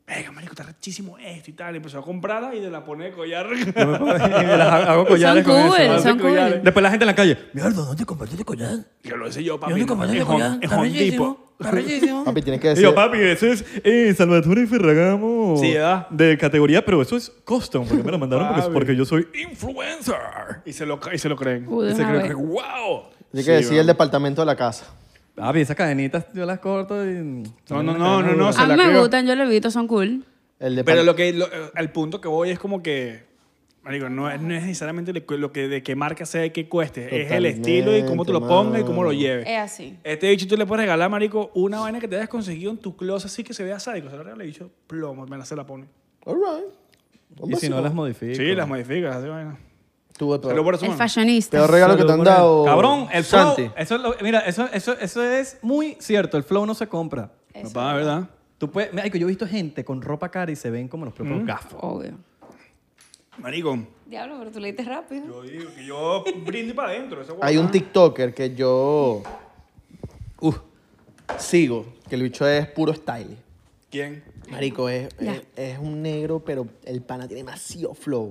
Speaker 4: venga, marico, está rechísimo esto y tal. Empezó a comprarla y de la pone de collar.
Speaker 2: Yo me pongo- y me las hago
Speaker 3: Son
Speaker 2: collares con eso,
Speaker 3: cool,
Speaker 2: ¿vale?
Speaker 3: son
Speaker 4: collares.
Speaker 3: cool.
Speaker 2: Después la gente en la calle,
Speaker 5: Mierda, ¿dónde compartiste collar?
Speaker 4: que lo hice [LAUGHS] yo, papi.
Speaker 5: ¿Dónde
Speaker 4: no,
Speaker 5: compartiste
Speaker 4: es Hon-
Speaker 5: collar?
Speaker 4: es
Speaker 5: Está
Speaker 4: Hondipo.
Speaker 5: bellísimo. Está bellísimo.
Speaker 1: [LAUGHS] Papi, tienes que
Speaker 2: Y
Speaker 1: decir.
Speaker 2: yo, papi, eso es eh, Salvatore Ferragamo
Speaker 4: Sí, ¿verdad?
Speaker 2: de categoría, pero eso es custom, porque me lo mandaron porque,
Speaker 4: Papi.
Speaker 2: porque yo soy influencer.
Speaker 4: Y se lo, y se lo creen.
Speaker 3: Uh, de
Speaker 2: Y se
Speaker 3: una
Speaker 2: cree
Speaker 3: vez.
Speaker 2: que, wow.
Speaker 1: Tienes que decir el departamento de la casa.
Speaker 2: Papi, esas cadenitas yo las corto y...
Speaker 4: No, no, no, no, no. se
Speaker 3: A mí
Speaker 4: la
Speaker 3: me
Speaker 4: creo.
Speaker 3: gustan, yo lo evito, son cool.
Speaker 1: El depar-
Speaker 4: Pero lo que, lo- al punto que voy es como que, marico, no es, no es necesariamente le- lo que, de qué marca sea y qué cueste. es el estilo y cómo tú lo
Speaker 1: Totalmente,
Speaker 4: pongas y cómo lo
Speaker 1: mano.
Speaker 4: lleves.
Speaker 3: Es así.
Speaker 4: Este bicho tú le puedes regalar, marico, una vaina que te hayas conseguido en tu closet así que se vea sádico. Se la regala el bicho, plomo, me la se la pone.
Speaker 1: All right. Un
Speaker 2: Y si no
Speaker 1: básico.
Speaker 2: las modifico.
Speaker 1: pues.
Speaker 4: Sí, las modificas, así vaina.
Speaker 1: Tú, el peor.
Speaker 4: Salud por eso,
Speaker 3: El
Speaker 4: mano.
Speaker 3: fashionista.
Speaker 1: peor regalo que te han dado.
Speaker 2: Cabrón, el flow.
Speaker 1: Santi.
Speaker 2: Eso es lo- mira, eso, eso, eso es muy cierto. El flow no se compra.
Speaker 3: Eso,
Speaker 4: Papá, ¿verdad?
Speaker 2: Tú puedes, marico, yo he visto gente con ropa cara y se ven como los propios gafos.
Speaker 3: Obvio.
Speaker 4: Marico.
Speaker 3: Diablo, pero tú leíste rápido.
Speaker 4: Yo digo que yo brinde para adentro. esa
Speaker 1: Hay un
Speaker 4: huevada.
Speaker 1: TikToker que yo uh, sigo, que el bicho es puro styling.
Speaker 4: ¿Quién?
Speaker 1: Marico, es,
Speaker 3: Ya.
Speaker 1: es, es un negro, pero el pana tiene demasiado flow.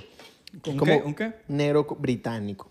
Speaker 2: ¿Un
Speaker 1: Es
Speaker 2: qué? ¿Un qué?
Speaker 1: Negro co- británico.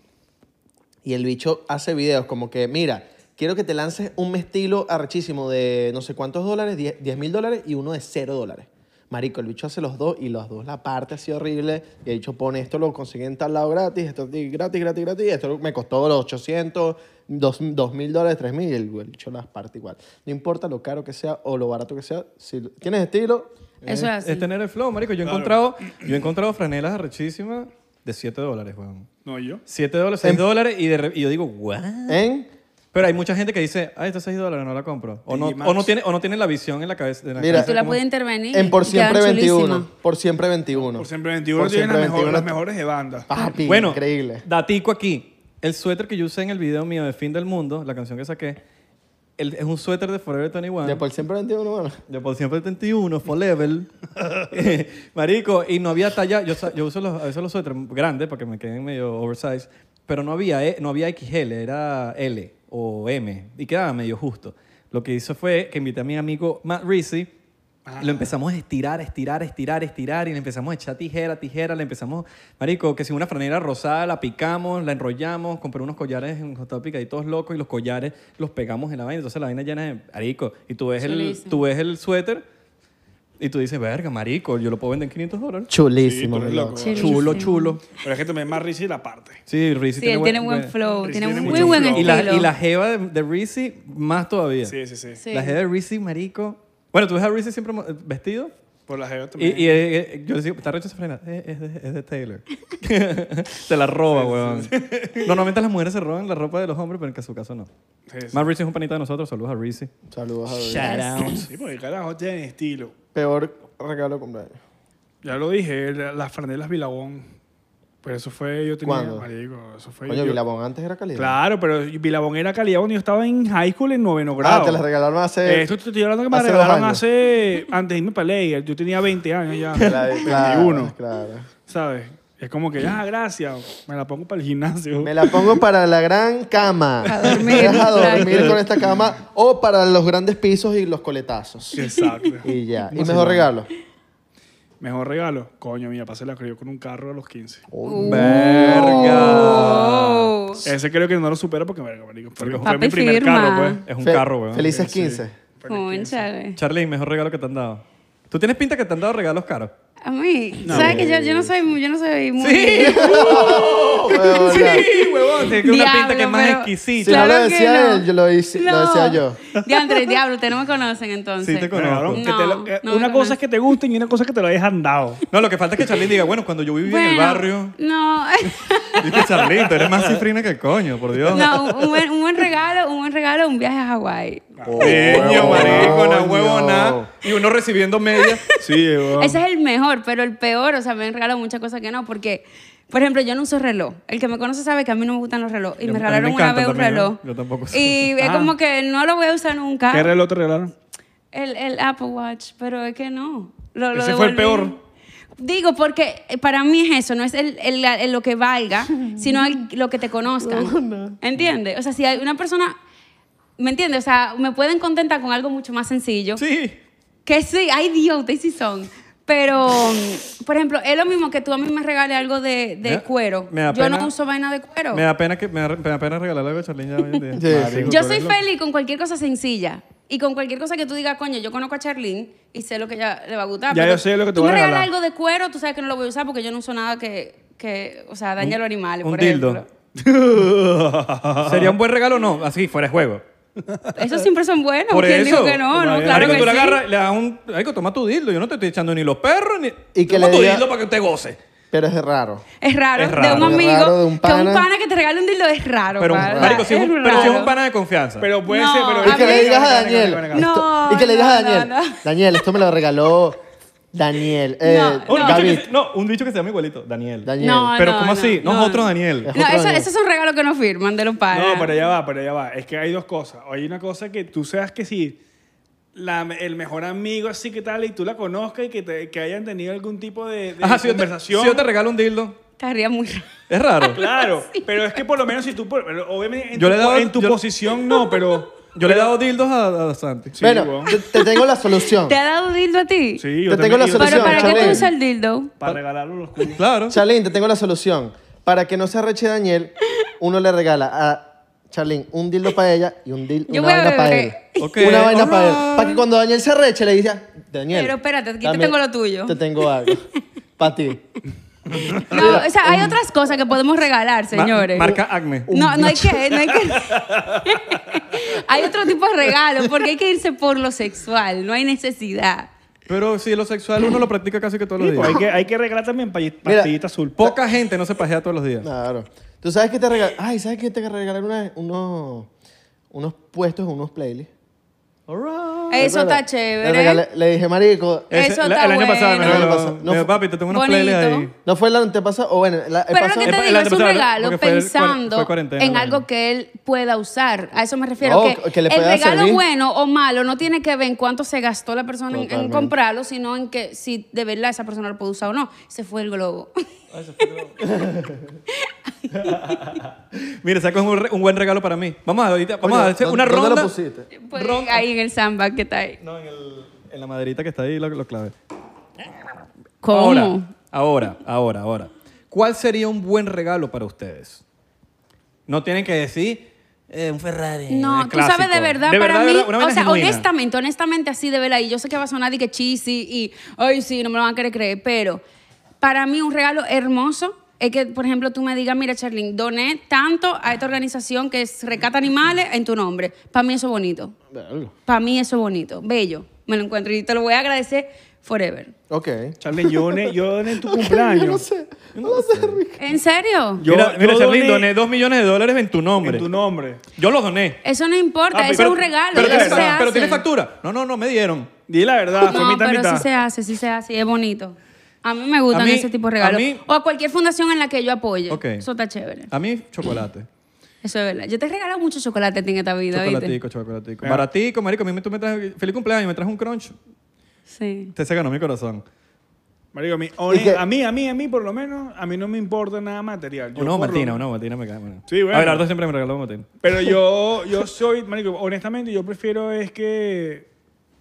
Speaker 1: Y el bicho hace videos como que, mira, quiero que te lances un estilo arrechísimo de no sé cuántos dólares, 10 mil dólares y uno de cero dólares. Marico, el bicho hace los dos y los dos la parte así horrible. Y el bicho pone esto, lo consigue en tal lado gratis, esto gratis, gratis, gratis. y Esto me costó los 800, dos- dos mil dólares, tres mil. Y el el bicho las parte igual. No importa lo caro que sea o lo barato que sea. Si lo- tienes estilo,
Speaker 3: Eso es así.
Speaker 1: este
Speaker 2: Es tener el flow, marico. Yo he encontrado, yo he encontrado franelas arrechísimas de 7 dólares, weón.
Speaker 4: No, yo.
Speaker 2: 7 dólares, 6 dólares y, de re- y yo digo, ¿what?
Speaker 1: en...
Speaker 2: Pero hay mucha gente que dice, ah, estos 6 dólares no la compro. O no,
Speaker 4: Digimax.
Speaker 2: o, no tiene, o no tiene la visión en la cabeza. en la
Speaker 1: Mira,
Speaker 3: Y
Speaker 2: cabeza
Speaker 3: tú la
Speaker 2: como-
Speaker 3: puedes intervenir.
Speaker 1: En por
Speaker 3: y quedan
Speaker 1: siempre 21.
Speaker 3: chulísimas.
Speaker 1: Por siempre 21.
Speaker 4: Por siempre 21
Speaker 1: Por
Speaker 4: tienen
Speaker 1: siempre Ah,
Speaker 4: las,
Speaker 1: 21.
Speaker 4: mejores, las mejores de banda.
Speaker 1: Papi,
Speaker 2: bueno,
Speaker 1: increíble.
Speaker 2: datico aquí. El suéter que yo usé en el video mío de Fin del Mundo, la canción que saqué, el- es un suéter de Forever 21.
Speaker 1: De por siempre 21, bueno.
Speaker 2: De por siempre 31, Forever. [LAUGHS] Eh, Marico, y no había talla. Yo, sa- yo uso los, a veces los suéteres grandes porque me queden medio oversized, pero no había, E- no había XL, era L o M. Y quedaba medio justo. Lo que hizo fue que invité a mi amigo Matt Reese. Lo empezamos a estirar, estirar, estirar, estirar y le empezamos a echar tijera, tijera, le empezamos, marico, que si una franela rosada la picamos, la enrollamos, compré unos collares en Hot Topic ahí todos locos y los collares los pegamos en la vaina, entonces la vaina llena de marico y tú ves el,
Speaker 3: Chulísimo.
Speaker 2: tú ves el suéter y tú dices, verga, marico, yo lo puedo vender en 500 dólares.
Speaker 1: Chulísimo,
Speaker 4: Sí, tú eres
Speaker 1: mi
Speaker 4: loco.
Speaker 1: loco.
Speaker 3: Chulísimo.
Speaker 2: Chulo, chulo.
Speaker 4: Pero es que también más risa y la parte.
Speaker 2: Sí, Rizzi
Speaker 3: Sí, él tiene buen flow,
Speaker 4: Rizzi
Speaker 3: tiene
Speaker 4: tiene
Speaker 3: un
Speaker 4: mucho
Speaker 3: muy buen
Speaker 4: flow.
Speaker 3: estilo.
Speaker 2: Y la, y la jeva de, de Rizzi, más todavía.
Speaker 4: Sí, sí, sí.
Speaker 3: Sí.
Speaker 2: La jeva de Rizzi, marico. Bueno, tú ves a Rizzi siempre mo- eh, vestido
Speaker 4: Por las jeva
Speaker 2: Y,
Speaker 4: también.
Speaker 2: y, eh, eh, yo decía, está recho esa frena. Eh, es, de, es de Taylor. [LAUGHS] se la roba, weón. Normalmente las mujeres se roban la ropa de los hombres, pero en su caso no.
Speaker 4: Sí, sí.
Speaker 2: Más Rizzi es un panita de nosotros. Saludos a Rizzi.
Speaker 3: Uh.
Speaker 1: Saludos a David.
Speaker 4: Sí, porque carajo, tiene estilo.
Speaker 1: Peor regalo de cumpleaños.
Speaker 4: Ya lo dije, la- las franelas Vilabón. Pero eso fue, yo tenía,
Speaker 1: ¿Cuándo?
Speaker 4: marico, eso fue...
Speaker 1: Coño,
Speaker 4: yo-
Speaker 1: Vilabón antes era calidad.
Speaker 4: Claro, pero Vilabón era calidad cuando yo estaba en high school en noveno
Speaker 1: Ah,
Speaker 4: grado.
Speaker 1: te las regalaron hace...
Speaker 4: Eh, Esto te estoy hablando que me
Speaker 1: hace dos
Speaker 4: regalaron
Speaker 1: años.
Speaker 4: hace... Antes de irme para Layer, yo tenía 20
Speaker 1: [LAUGHS]
Speaker 4: años ya.
Speaker 1: Claro,
Speaker 4: [LAUGHS] 21,
Speaker 1: claro.
Speaker 4: ¿sabes? Es como que, ah, gracias, me la pongo para el gimnasio.
Speaker 1: Me la pongo para la gran cama.
Speaker 3: A dormir,
Speaker 1: Vas a dormir
Speaker 3: exacto.
Speaker 1: con esta cama o para los grandes pisos y los coletazos.
Speaker 4: Exacto.
Speaker 1: [LAUGHS] Y ya. Y mejor regalo.
Speaker 4: Mejor regalo. Coño, mira, pasé la creyó con un carro a los 15.
Speaker 2: ¡Verga!
Speaker 3: Oh.
Speaker 4: Ese creo que no lo supera porque, verga, marico, porque fue
Speaker 3: Papi
Speaker 4: mi primer
Speaker 3: firma.
Speaker 4: carro, pues.
Speaker 2: Es un
Speaker 1: Fe-
Speaker 2: carro, weón.
Speaker 1: Felices
Speaker 4: [LAUGHS]
Speaker 1: 15.
Speaker 4: Fue el 15.
Speaker 3: Cónchale.
Speaker 2: Charlie, mejor regalo que te han dado. Tú tienes pinta que te han dado regalos caros.
Speaker 3: A mí, ¿sabes que yo, yo no soy, yo no soy muy...
Speaker 1: Huevón, ya.
Speaker 2: huevón. Tienes una pinta que es más
Speaker 3: pero-
Speaker 2: exquisita.
Speaker 1: Sí.
Speaker 3: Claro
Speaker 1: Si no lo
Speaker 3: que
Speaker 1: decía
Speaker 3: no.
Speaker 1: él, yo lo
Speaker 3: [LAUGHS]
Speaker 1: hice- lo decía yo.
Speaker 3: Diantre, diablo, ustedes no me conocen entonces.
Speaker 2: Sí, te
Speaker 4: Me regalaron
Speaker 2: conozco.
Speaker 4: que te lo-
Speaker 3: No,
Speaker 4: eh,
Speaker 3: no me
Speaker 4: una
Speaker 3: conoce.
Speaker 4: cosa es que te gusten y una cosa es que te lo hayan dado.
Speaker 2: No, lo que falta es que Charlie diga, bueno, cuando yo vivía en el
Speaker 3: Bueno,
Speaker 2: barrio.
Speaker 3: No,
Speaker 2: [LAUGHS] Dice, Charlie, tú eres más cifrina que el coño, por Dios.
Speaker 3: no un, un buen, un buen regalo, un buen regalo, un viaje a Hawái.
Speaker 2: [LAUGHS] Coño,
Speaker 1: Huevón.
Speaker 2: marico,
Speaker 1: Oh,
Speaker 2: na huevona. Y uno recibiendo media.
Speaker 4: Sí, weón.
Speaker 3: Ese es el mejor, pero el peor, o sea, me han regalado muchas cosas que no, porque, por ejemplo, yo no uso reloj. El que me conoce sabe que a mí no me gustan los relojes. Y
Speaker 2: Yo-
Speaker 3: me
Speaker 2: a mí
Speaker 3: regalaron
Speaker 2: me
Speaker 3: una
Speaker 2: encanta
Speaker 3: vez un
Speaker 2: también,
Speaker 3: reloj.
Speaker 2: ¿no? Yo tampoco uso.
Speaker 3: Y es
Speaker 4: Ah.
Speaker 3: como que no lo voy a usar nunca.
Speaker 4: ¿Qué reloj te regalaron?
Speaker 3: El, el Apple Watch, pero es que no. Lo, lo
Speaker 4: Ese fue el
Speaker 3: devolví.
Speaker 4: peor.
Speaker 3: Digo, porque eh, para mí es eso, no es el, el- el lo que valga, sino el- lo que te conozcan. ¿Entiendes? O sea, si hay una persona, ¿me entiendes? O sea, me pueden contentar con algo mucho más sencillo.
Speaker 2: Sí.
Speaker 3: Que sí, ay Dios, ustedes sí son. Pero, por ejemplo, es lo mismo que tú a mí me regales algo de, de
Speaker 2: Me da-
Speaker 3: cuero.
Speaker 2: me da
Speaker 3: Yo
Speaker 2: pena-
Speaker 3: no uso vaina de cuero.
Speaker 2: Me da pena que me da, me da pena regalar algo a Charlene ya hoy en día.
Speaker 1: Sí, sí.
Speaker 4: Marico,
Speaker 3: Yo
Speaker 4: tú
Speaker 3: soy
Speaker 4: eres
Speaker 3: feliz con cualquier cosa sencilla. Y con cualquier cosa que tú digas, coño, yo conozco a Charlene y sé lo que ella le va a gustar.
Speaker 4: Ya
Speaker 3: pero
Speaker 4: yo sé lo que te
Speaker 3: tú
Speaker 4: voy a
Speaker 3: me regalas
Speaker 4: regalar.
Speaker 3: algo de cuero, tú sabes que no lo voy a usar porque yo no uso nada que, que o sea, daña a los animales,
Speaker 2: Un
Speaker 3: por
Speaker 2: dildo.
Speaker 3: ejemplo.
Speaker 2: [LAUGHS] ¿Sería un buen regalo o no? Así, fuera de juego.
Speaker 3: Esos siempre son buenos.
Speaker 2: Por
Speaker 3: ¿Quién
Speaker 2: eso.
Speaker 3: dijo que no? No,
Speaker 4: Marico,
Speaker 3: claro
Speaker 2: Marico,
Speaker 3: que
Speaker 2: tú le
Speaker 3: sí.
Speaker 2: agarras, y le das un... Marico, toma tu dildo. Yo no te estoy echando ni los perros ni...
Speaker 1: Y que
Speaker 2: toma
Speaker 1: le
Speaker 2: tu
Speaker 1: diga-
Speaker 2: dildo para que usted goce.
Speaker 1: Pero es raro.
Speaker 3: Es raro,
Speaker 2: Es raro.
Speaker 3: de un
Speaker 1: Es
Speaker 3: amigo.
Speaker 1: raro de un
Speaker 3: Que
Speaker 1: pana.
Speaker 3: un pana que te regale un dildo es raro.
Speaker 2: Pero, un-
Speaker 3: pana.
Speaker 2: marico, si es, un, pero si es un
Speaker 3: raro.
Speaker 2: pana de confianza.
Speaker 4: Pero puede
Speaker 3: No,
Speaker 4: ser, pero...
Speaker 3: a
Speaker 1: Y que
Speaker 3: mí-
Speaker 1: le digas a
Speaker 4: Venga, venga, venga,
Speaker 1: Daniel.
Speaker 4: venga.
Speaker 1: esto- Y que le digas a Daniel. Daniel, esto me lo regaló Daniel. Eh,
Speaker 3: No,
Speaker 2: un, bicho
Speaker 1: David.
Speaker 2: que, se- Oh, no, un bicho que se llama igualito. Daniel.
Speaker 1: Daniel.
Speaker 3: No,
Speaker 2: Pero
Speaker 3: no,
Speaker 2: ¿cómo
Speaker 3: no,
Speaker 2: así? No,
Speaker 3: no,
Speaker 2: es otro
Speaker 3: no.
Speaker 2: Daniel.
Speaker 1: Es
Speaker 3: No,
Speaker 1: otro
Speaker 3: eso-
Speaker 1: Daniel.
Speaker 3: esos son regalos que no firman de los panas.
Speaker 4: No, para allá va, para allá va. Es que hay dos cosas. Hay una cosa que tú seas que si la- el mejor amigo así que tal y tú la conozcas y que, te- que hayan tenido algún tipo de, de
Speaker 2: Ajá, si yo, te, si
Speaker 4: conversación.
Speaker 2: yo te regalo un dildo,
Speaker 3: Estaría muy raro.
Speaker 2: es
Speaker 3: Ah,
Speaker 2: raro.
Speaker 3: [LAUGHS]
Speaker 4: Claro, pero es que por lo menos si tú, por- pero obviamente en
Speaker 2: Yo
Speaker 4: tu,
Speaker 2: le he dado-
Speaker 4: en tu
Speaker 2: yo-
Speaker 4: posición no, pero
Speaker 2: Yo le he dado dildos a, a Santi.
Speaker 4: sí,
Speaker 1: Bueno,
Speaker 4: weón.
Speaker 1: te, te tengo la solución.
Speaker 3: ¿Te ha dado dildo a ti?
Speaker 4: Sí,
Speaker 1: te tengo
Speaker 4: también-
Speaker 1: la
Speaker 4: yo
Speaker 3: Pero
Speaker 1: solución,
Speaker 3: ¿para qué tú
Speaker 1: Charlene.
Speaker 3: usas el dildo?
Speaker 4: para regalarlo a los culos.
Speaker 2: Claro.
Speaker 1: Charlene, te tengo la solución. Para que no se arreche Daniel, uno le regala a Charlene, un dildo para ella y un dildo,
Speaker 3: Yo
Speaker 1: una
Speaker 3: voy a
Speaker 1: vaina para él.
Speaker 3: beber.
Speaker 2: [LAUGHS] Ok,
Speaker 1: una vaina
Speaker 2: alright.
Speaker 1: para él. Para que cuando Daniel se reche le diga, Daniel.
Speaker 3: Pero espérate, aquí te
Speaker 1: también
Speaker 3: tengo lo tuyo.
Speaker 1: Te tengo
Speaker 3: [LAUGHS]
Speaker 1: algo. Para ti.
Speaker 3: No, o sea, hay otras cosas que podemos regalar,
Speaker 2: Ma-
Speaker 3: [LAUGHS] señores.
Speaker 2: marca Acme.
Speaker 3: No, no hay que, no hay que. [LAUGHS] hay otro tipo de regalo, porque hay que irse por lo sexual, no hay necesidad.
Speaker 2: Pero sí, lo sexual uno lo practica casi que todos los
Speaker 4: Pues hay,
Speaker 2: días.
Speaker 4: que, hay que regalar también pay- pastillita azul.
Speaker 2: Poca gente no se pajea todos los días.
Speaker 1: Claro. Tú sabes que te regalaron. Ay, ¿sabes que te regalaron una vez? Unos, unos puestos, unos playlists.
Speaker 2: Ah.
Speaker 3: Eso
Speaker 1: ¿Recuerdas?
Speaker 3: está chévere.
Speaker 1: Le, regalé- le dije, marico.
Speaker 3: Eso
Speaker 2: el,
Speaker 3: está
Speaker 2: el año pasado me
Speaker 3: bueno.
Speaker 2: regaló.
Speaker 1: El año pasado. No
Speaker 2: Me dijo,
Speaker 1: fue-
Speaker 2: papi, te tengo unos
Speaker 3: Bonito.
Speaker 2: playlists ahí.
Speaker 1: No fue el antepasado, o bueno, la, el
Speaker 3: Pero lo
Speaker 1: pasado.
Speaker 3: que
Speaker 2: el-
Speaker 3: te digo
Speaker 2: el
Speaker 3: es un
Speaker 2: antepasado,
Speaker 3: regalo
Speaker 2: porque fue- fue-
Speaker 3: pensando
Speaker 2: fue cuarentena,
Speaker 3: en
Speaker 2: ¿no? Oh,
Speaker 3: algo que él pueda usar. A eso me refiero.
Speaker 1: No,
Speaker 3: que,
Speaker 1: que le
Speaker 3: el
Speaker 1: pueda
Speaker 3: regalo
Speaker 1: servir.
Speaker 3: bueno o malo no tiene que ver en cuánto se gastó la persona en- en,
Speaker 1: Totalmente.
Speaker 3: comprarlo, sino en que si de verdad esa persona lo puede usar o no. Se fue el globo. [LAUGHS]
Speaker 2: Mira, sacas un, re- un buen regalo para mí. Vamos a, ahorita, vamos a hacer
Speaker 1: ¿dó-
Speaker 2: una
Speaker 1: dónde
Speaker 2: ronda.
Speaker 1: lo pusiste?
Speaker 3: Pues,
Speaker 2: Ronda.
Speaker 3: ahí en el samba que está ahí.
Speaker 2: No, en, el- en la maderita que está ahí, lo, lo clave.
Speaker 3: ¿Cómo?
Speaker 2: Ahora, ahora, ahora, ahora. ¿Cuál sería un buen regalo para ustedes? No tienen que decir eh, un Ferrari.
Speaker 3: No,
Speaker 2: un
Speaker 3: tú sabes de
Speaker 2: clásico.
Speaker 3: verdad,
Speaker 2: De
Speaker 3: para
Speaker 2: verdad, de
Speaker 3: mí,
Speaker 2: verdad, una
Speaker 3: o
Speaker 2: vaina
Speaker 3: sea,
Speaker 2: genuina.
Speaker 3: honestamente, honestamente así de verdad, y yo sé que va a sonar y que cheesy y, ay, sí, no me lo van a querer creer, pero para mí un regalo hermoso es que, por ejemplo, tú me digas, mira, Charlene, doné tanto a esta organización que es Rescata Animales en tu nombre. Para mí eso es bonito. Para mí eso es bonito, bello. Me lo encuentro y te lo voy a agradecer forever.
Speaker 1: Ok.
Speaker 4: Charlie, yo doné, yo doné [LAUGHS] en tu cumpleaños.
Speaker 1: No sé. No lo sé, Rick.
Speaker 3: ¿En
Speaker 2: [LAUGHS]
Speaker 3: serio?
Speaker 4: Yo-
Speaker 2: mira,
Speaker 4: yo
Speaker 2: mira Charlene,
Speaker 4: doné-
Speaker 2: doné dos millones de dólares en tu nombre.
Speaker 4: En tu nombre.
Speaker 2: Yo los doné.
Speaker 3: Eso no importa,
Speaker 4: Ah,
Speaker 3: eso
Speaker 4: pero-
Speaker 3: es un regalo.
Speaker 2: Pero,
Speaker 3: eso
Speaker 2: tiene,
Speaker 3: se
Speaker 2: pero- pero
Speaker 3: hace.
Speaker 2: tiene factura. No, no, no, me dieron.
Speaker 4: Di la
Speaker 2: [LAUGHS]
Speaker 4: verdad, fue
Speaker 3: No,
Speaker 4: mitad,
Speaker 3: pero
Speaker 4: mitad.
Speaker 3: sí se hace, sí se hace, y es bonito. A mí me gustan
Speaker 2: A mí-
Speaker 3: ese tipo de
Speaker 2: a
Speaker 3: regalos.
Speaker 2: mí-
Speaker 3: o a cualquier fundación en la que yo apoye.
Speaker 2: Ok.
Speaker 3: Eso está chévere.
Speaker 2: A mí, chocolate.
Speaker 3: Eso es verdad. Yo te he regalado mucho chocolate a ti en esta vida, ¿viste?
Speaker 2: Chocolatico, chocolatico. Baratico, marico. A mí me- tú me traes... Feliz cumpleaños, me traes un crunch.
Speaker 3: Sí.
Speaker 2: Te se ganó mi corazón.
Speaker 4: Marico, a mí,
Speaker 1: Y que-
Speaker 4: a mí, a mí, a mí, por lo menos, a mí no me importa nada material. Yo
Speaker 2: Una
Speaker 4: por lo-
Speaker 2: bomatina, una bomatina me cae. bueno.
Speaker 4: Sí, bueno.
Speaker 2: Abelardo siempre me regaló bomatina.
Speaker 4: Pero yo, yo soy, marico, honestamente, yo prefiero es que,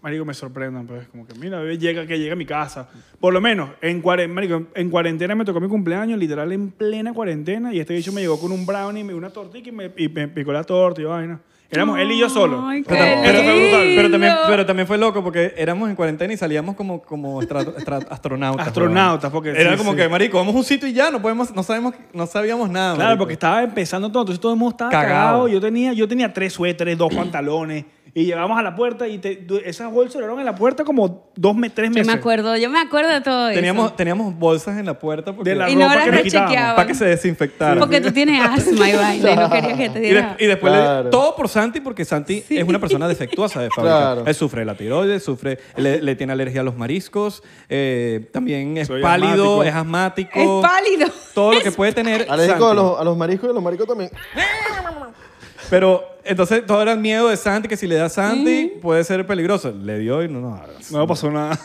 Speaker 4: marico, me sorprendan, pues, como que, mira, bebé, llega, que llega a mi casa. Por lo menos, en, cuaren- marico, en cuarentena me tocó mi cumpleaños, literal, en plena cuarentena, y este bicho me llegó con un brownie, me- una tortilla, y me, y me picó la torta y vaina. Éramos él y yo solo.
Speaker 3: Ay,
Speaker 2: Pero,
Speaker 3: Qué
Speaker 2: tam- pero fue brutal.
Speaker 3: lindo.
Speaker 2: Pero también, pero también fue loco porque éramos en cuarentena y salíamos como, como estra- estra- astronautas.
Speaker 4: Astronautas,
Speaker 2: weón.
Speaker 4: porque
Speaker 2: Era
Speaker 4: sí,
Speaker 2: como
Speaker 4: sí.
Speaker 2: que, marico, vamos a un sitio y ya, no, podemos, no, sabemos, no sabíamos nada.
Speaker 4: Claro,
Speaker 2: marico.
Speaker 4: porque estaba empezando todo, entonces todo el mundo estaba
Speaker 2: Cagado.
Speaker 4: cagado. Yo, tenía, yo tenía tres suéteres, dos pantalones, y llevamos a la puerta, y te- du- esas bolsas duraron en la puerta como dos, me- tres
Speaker 3: Yo
Speaker 4: meses.
Speaker 3: me acuerdo, yo me acuerdo de todo
Speaker 2: Teníamos,
Speaker 3: eso.
Speaker 2: teníamos bolsas en la puerta porque,
Speaker 4: De la
Speaker 3: Y no
Speaker 4: ropa
Speaker 3: las
Speaker 4: que nos quitábamos.
Speaker 3: rechequeaban.
Speaker 2: para que se desinfectaran.
Speaker 3: Porque tú tienes asma y vaina y
Speaker 2: [LAUGHS]
Speaker 3: no quería que te
Speaker 2: Y, de-
Speaker 3: diera.
Speaker 2: y después le-
Speaker 1: Claro.
Speaker 2: todo por Santi porque Santi es una persona defectuosa de fábrica.
Speaker 1: Claro.
Speaker 2: Él sufre de la tiroides, sufre, le, le tiene alergia a los mariscos, eh, también es
Speaker 4: Soy
Speaker 2: pálido,
Speaker 4: asmático.
Speaker 2: es asmático.
Speaker 3: Es pálido.
Speaker 2: Todo lo que puede tener.
Speaker 1: Alérgico
Speaker 2: Santi.
Speaker 1: a los, a los mariscos y a los maricos también.
Speaker 2: Pero entonces todo era el miedo de Santi que si le da a Santi puede ser peligroso. Le dio y no, no,
Speaker 4: No pasó nada.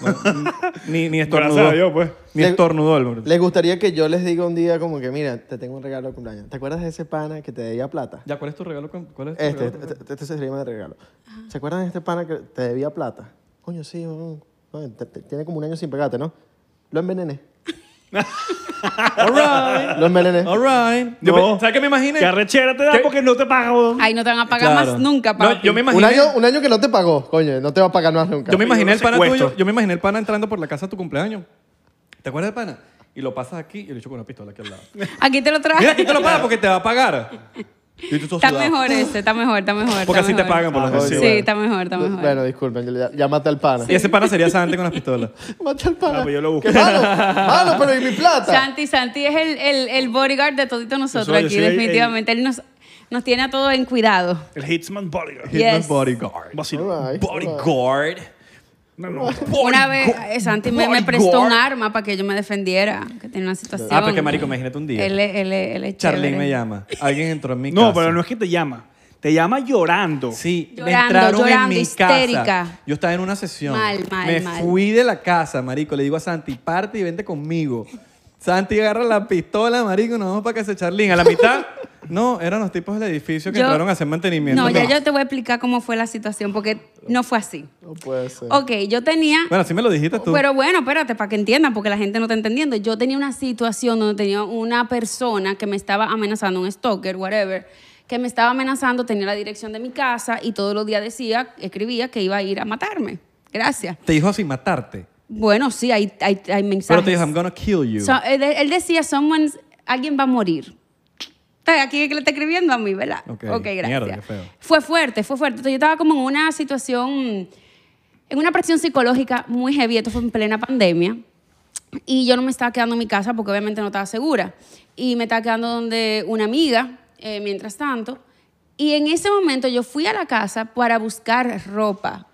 Speaker 2: ni, ni
Speaker 4: Gracias
Speaker 2: estornudó.
Speaker 4: a Dios, pues.
Speaker 2: Ni
Speaker 1: Le-
Speaker 2: estornudó el hombre.
Speaker 1: Les gustaría que yo les diga un día como que, mira, te tengo un regalo de cumpleaños. ¿Te acuerdas de ese pana que te debía plata?
Speaker 2: Ya, ¿cuál es tu regalo? con- ¿Cuál es tu
Speaker 1: Este,
Speaker 2: regalo?
Speaker 1: este, este, sería mi regalo. ¿Se acuerdan de este pana que te debía plata? Coño, sí, weón. Ay, te- te- tiene como un año sin pegarte, ¿no? Lo envenené.
Speaker 2: All right.
Speaker 1: Lo envenené.
Speaker 2: All right. Yo
Speaker 4: No.
Speaker 2: me- ¿Sabes qué me imaginé?
Speaker 4: Que arrechera te da
Speaker 2: ¿Qué?
Speaker 4: porque no te pagas,
Speaker 3: Ay, no te van a pagar
Speaker 2: Claro.
Speaker 3: más nunca,
Speaker 2: No,
Speaker 3: papi.
Speaker 2: yo me
Speaker 1: Un
Speaker 2: imaginé.
Speaker 1: año, un año que no te pagó, coño, no te va a pagar más nunca.
Speaker 2: Yo me imaginé el pana
Speaker 4: Secuestro.
Speaker 2: tuyo, yo me imaginé el pana entrando por la casa a tu cumpleaños. ¿Te acuerdas del pana? Y lo pasas aquí y le echo con una pistola aquí al lado.
Speaker 3: Aquí te lo
Speaker 2: Mira,
Speaker 3: traje.
Speaker 2: aquí te lo pagas porque te va a pagar. Y tú todo
Speaker 3: Está
Speaker 2: sudado.
Speaker 3: mejor este, está mejor, está mejor.
Speaker 2: Porque
Speaker 3: está
Speaker 2: así te
Speaker 3: mejor.
Speaker 2: pagan por las
Speaker 1: Ah,
Speaker 2: veces.
Speaker 3: Sí,
Speaker 1: sí, bueno.
Speaker 3: está mejor, está mejor.
Speaker 1: Bueno, disculpen, ya, ya mata al pana.
Speaker 2: Y ese pana sería Santi con las pistolas.
Speaker 1: Mata al pana.
Speaker 4: Ah, pues yo lo busco.
Speaker 1: ¡Qué malo! ¡Malo, pero y mi plata!
Speaker 3: Santi, Santi es el, el, el bodyguard de todito nosotros
Speaker 4: Yo soy- yo
Speaker 3: aquí,
Speaker 4: soy el-
Speaker 3: definitivamente. Él nos, nos tiene a todos en cuidado.
Speaker 4: El Hitman
Speaker 3: [LAUGHS]
Speaker 4: Bodyguard.
Speaker 3: Yes.
Speaker 2: Hitman Bodyguard.
Speaker 4: Vacilo.
Speaker 1: All right, all right.
Speaker 2: Bodyguard.
Speaker 4: No, no.
Speaker 3: Una vez eh, Santi me, me
Speaker 2: Bodyguard.
Speaker 3: prestó un arma para que yo me defendiera, que tenía una situación.
Speaker 2: Ah, pero qué marico, imagínate un día.
Speaker 3: Él, es- él, es- él es
Speaker 2: Charlene
Speaker 3: chévere.
Speaker 2: me llama. Alguien entró en mi casa.
Speaker 4: No, pero no es que te llama. Te llama llorando.
Speaker 2: Sí, me
Speaker 3: Llorando,
Speaker 2: entraron en
Speaker 3: llorando,
Speaker 2: mi
Speaker 3: histérica.
Speaker 2: casa. Yo estaba en una sesión.
Speaker 3: Mal, mal,
Speaker 2: me
Speaker 3: mal.
Speaker 2: fui de la casa, marico. Le digo a Santi, parte y vente conmigo. Santi agarra la pistola, marico, nos vamos para casa de Charlín. A la mitad, [LAUGHS] no, eran los tipos del edificio que
Speaker 3: Yo-
Speaker 2: entraron a hacer mantenimiento.
Speaker 3: No, ya
Speaker 2: Me-
Speaker 3: yo te voy a explicar cómo fue la situación, porque no fue así.
Speaker 1: No puede ser.
Speaker 3: Ok, yo tenía...
Speaker 2: Bueno, así me lo dijiste tú.
Speaker 3: Pero bueno, espérate, para que entiendan, porque la gente no está entendiendo. Yo tenía una situación donde tenía una persona que me estaba amenazando, un stalker, whatever, que me estaba amenazando, tenía la dirección de mi casa y todos los días decía, escribía que iba a ir a matarme. Gracias.
Speaker 2: Te dijo así, matarte.
Speaker 3: Bueno, sí, hay, hay, hay mensajes.
Speaker 2: Pero te dijo, I'm gonna kill you.
Speaker 3: So- él, él decía, someone's- alguien va a morir. ¿A quién es que le está escribiendo? A mí, ¿verdad?
Speaker 2: Ok,
Speaker 3: gracias.
Speaker 2: mierda, qué feo.
Speaker 3: Fue fuerte, fue fuerte. Entonces, yo estaba como en una situación, en una presión psicológica muy heavy. Esto fue en plena pandemia. Y yo no me estaba quedando en mi casa porque obviamente no estaba segura. Y me estaba quedando donde una amiga, eh, mientras tanto. Y en ese momento yo fui a la casa para buscar ropa.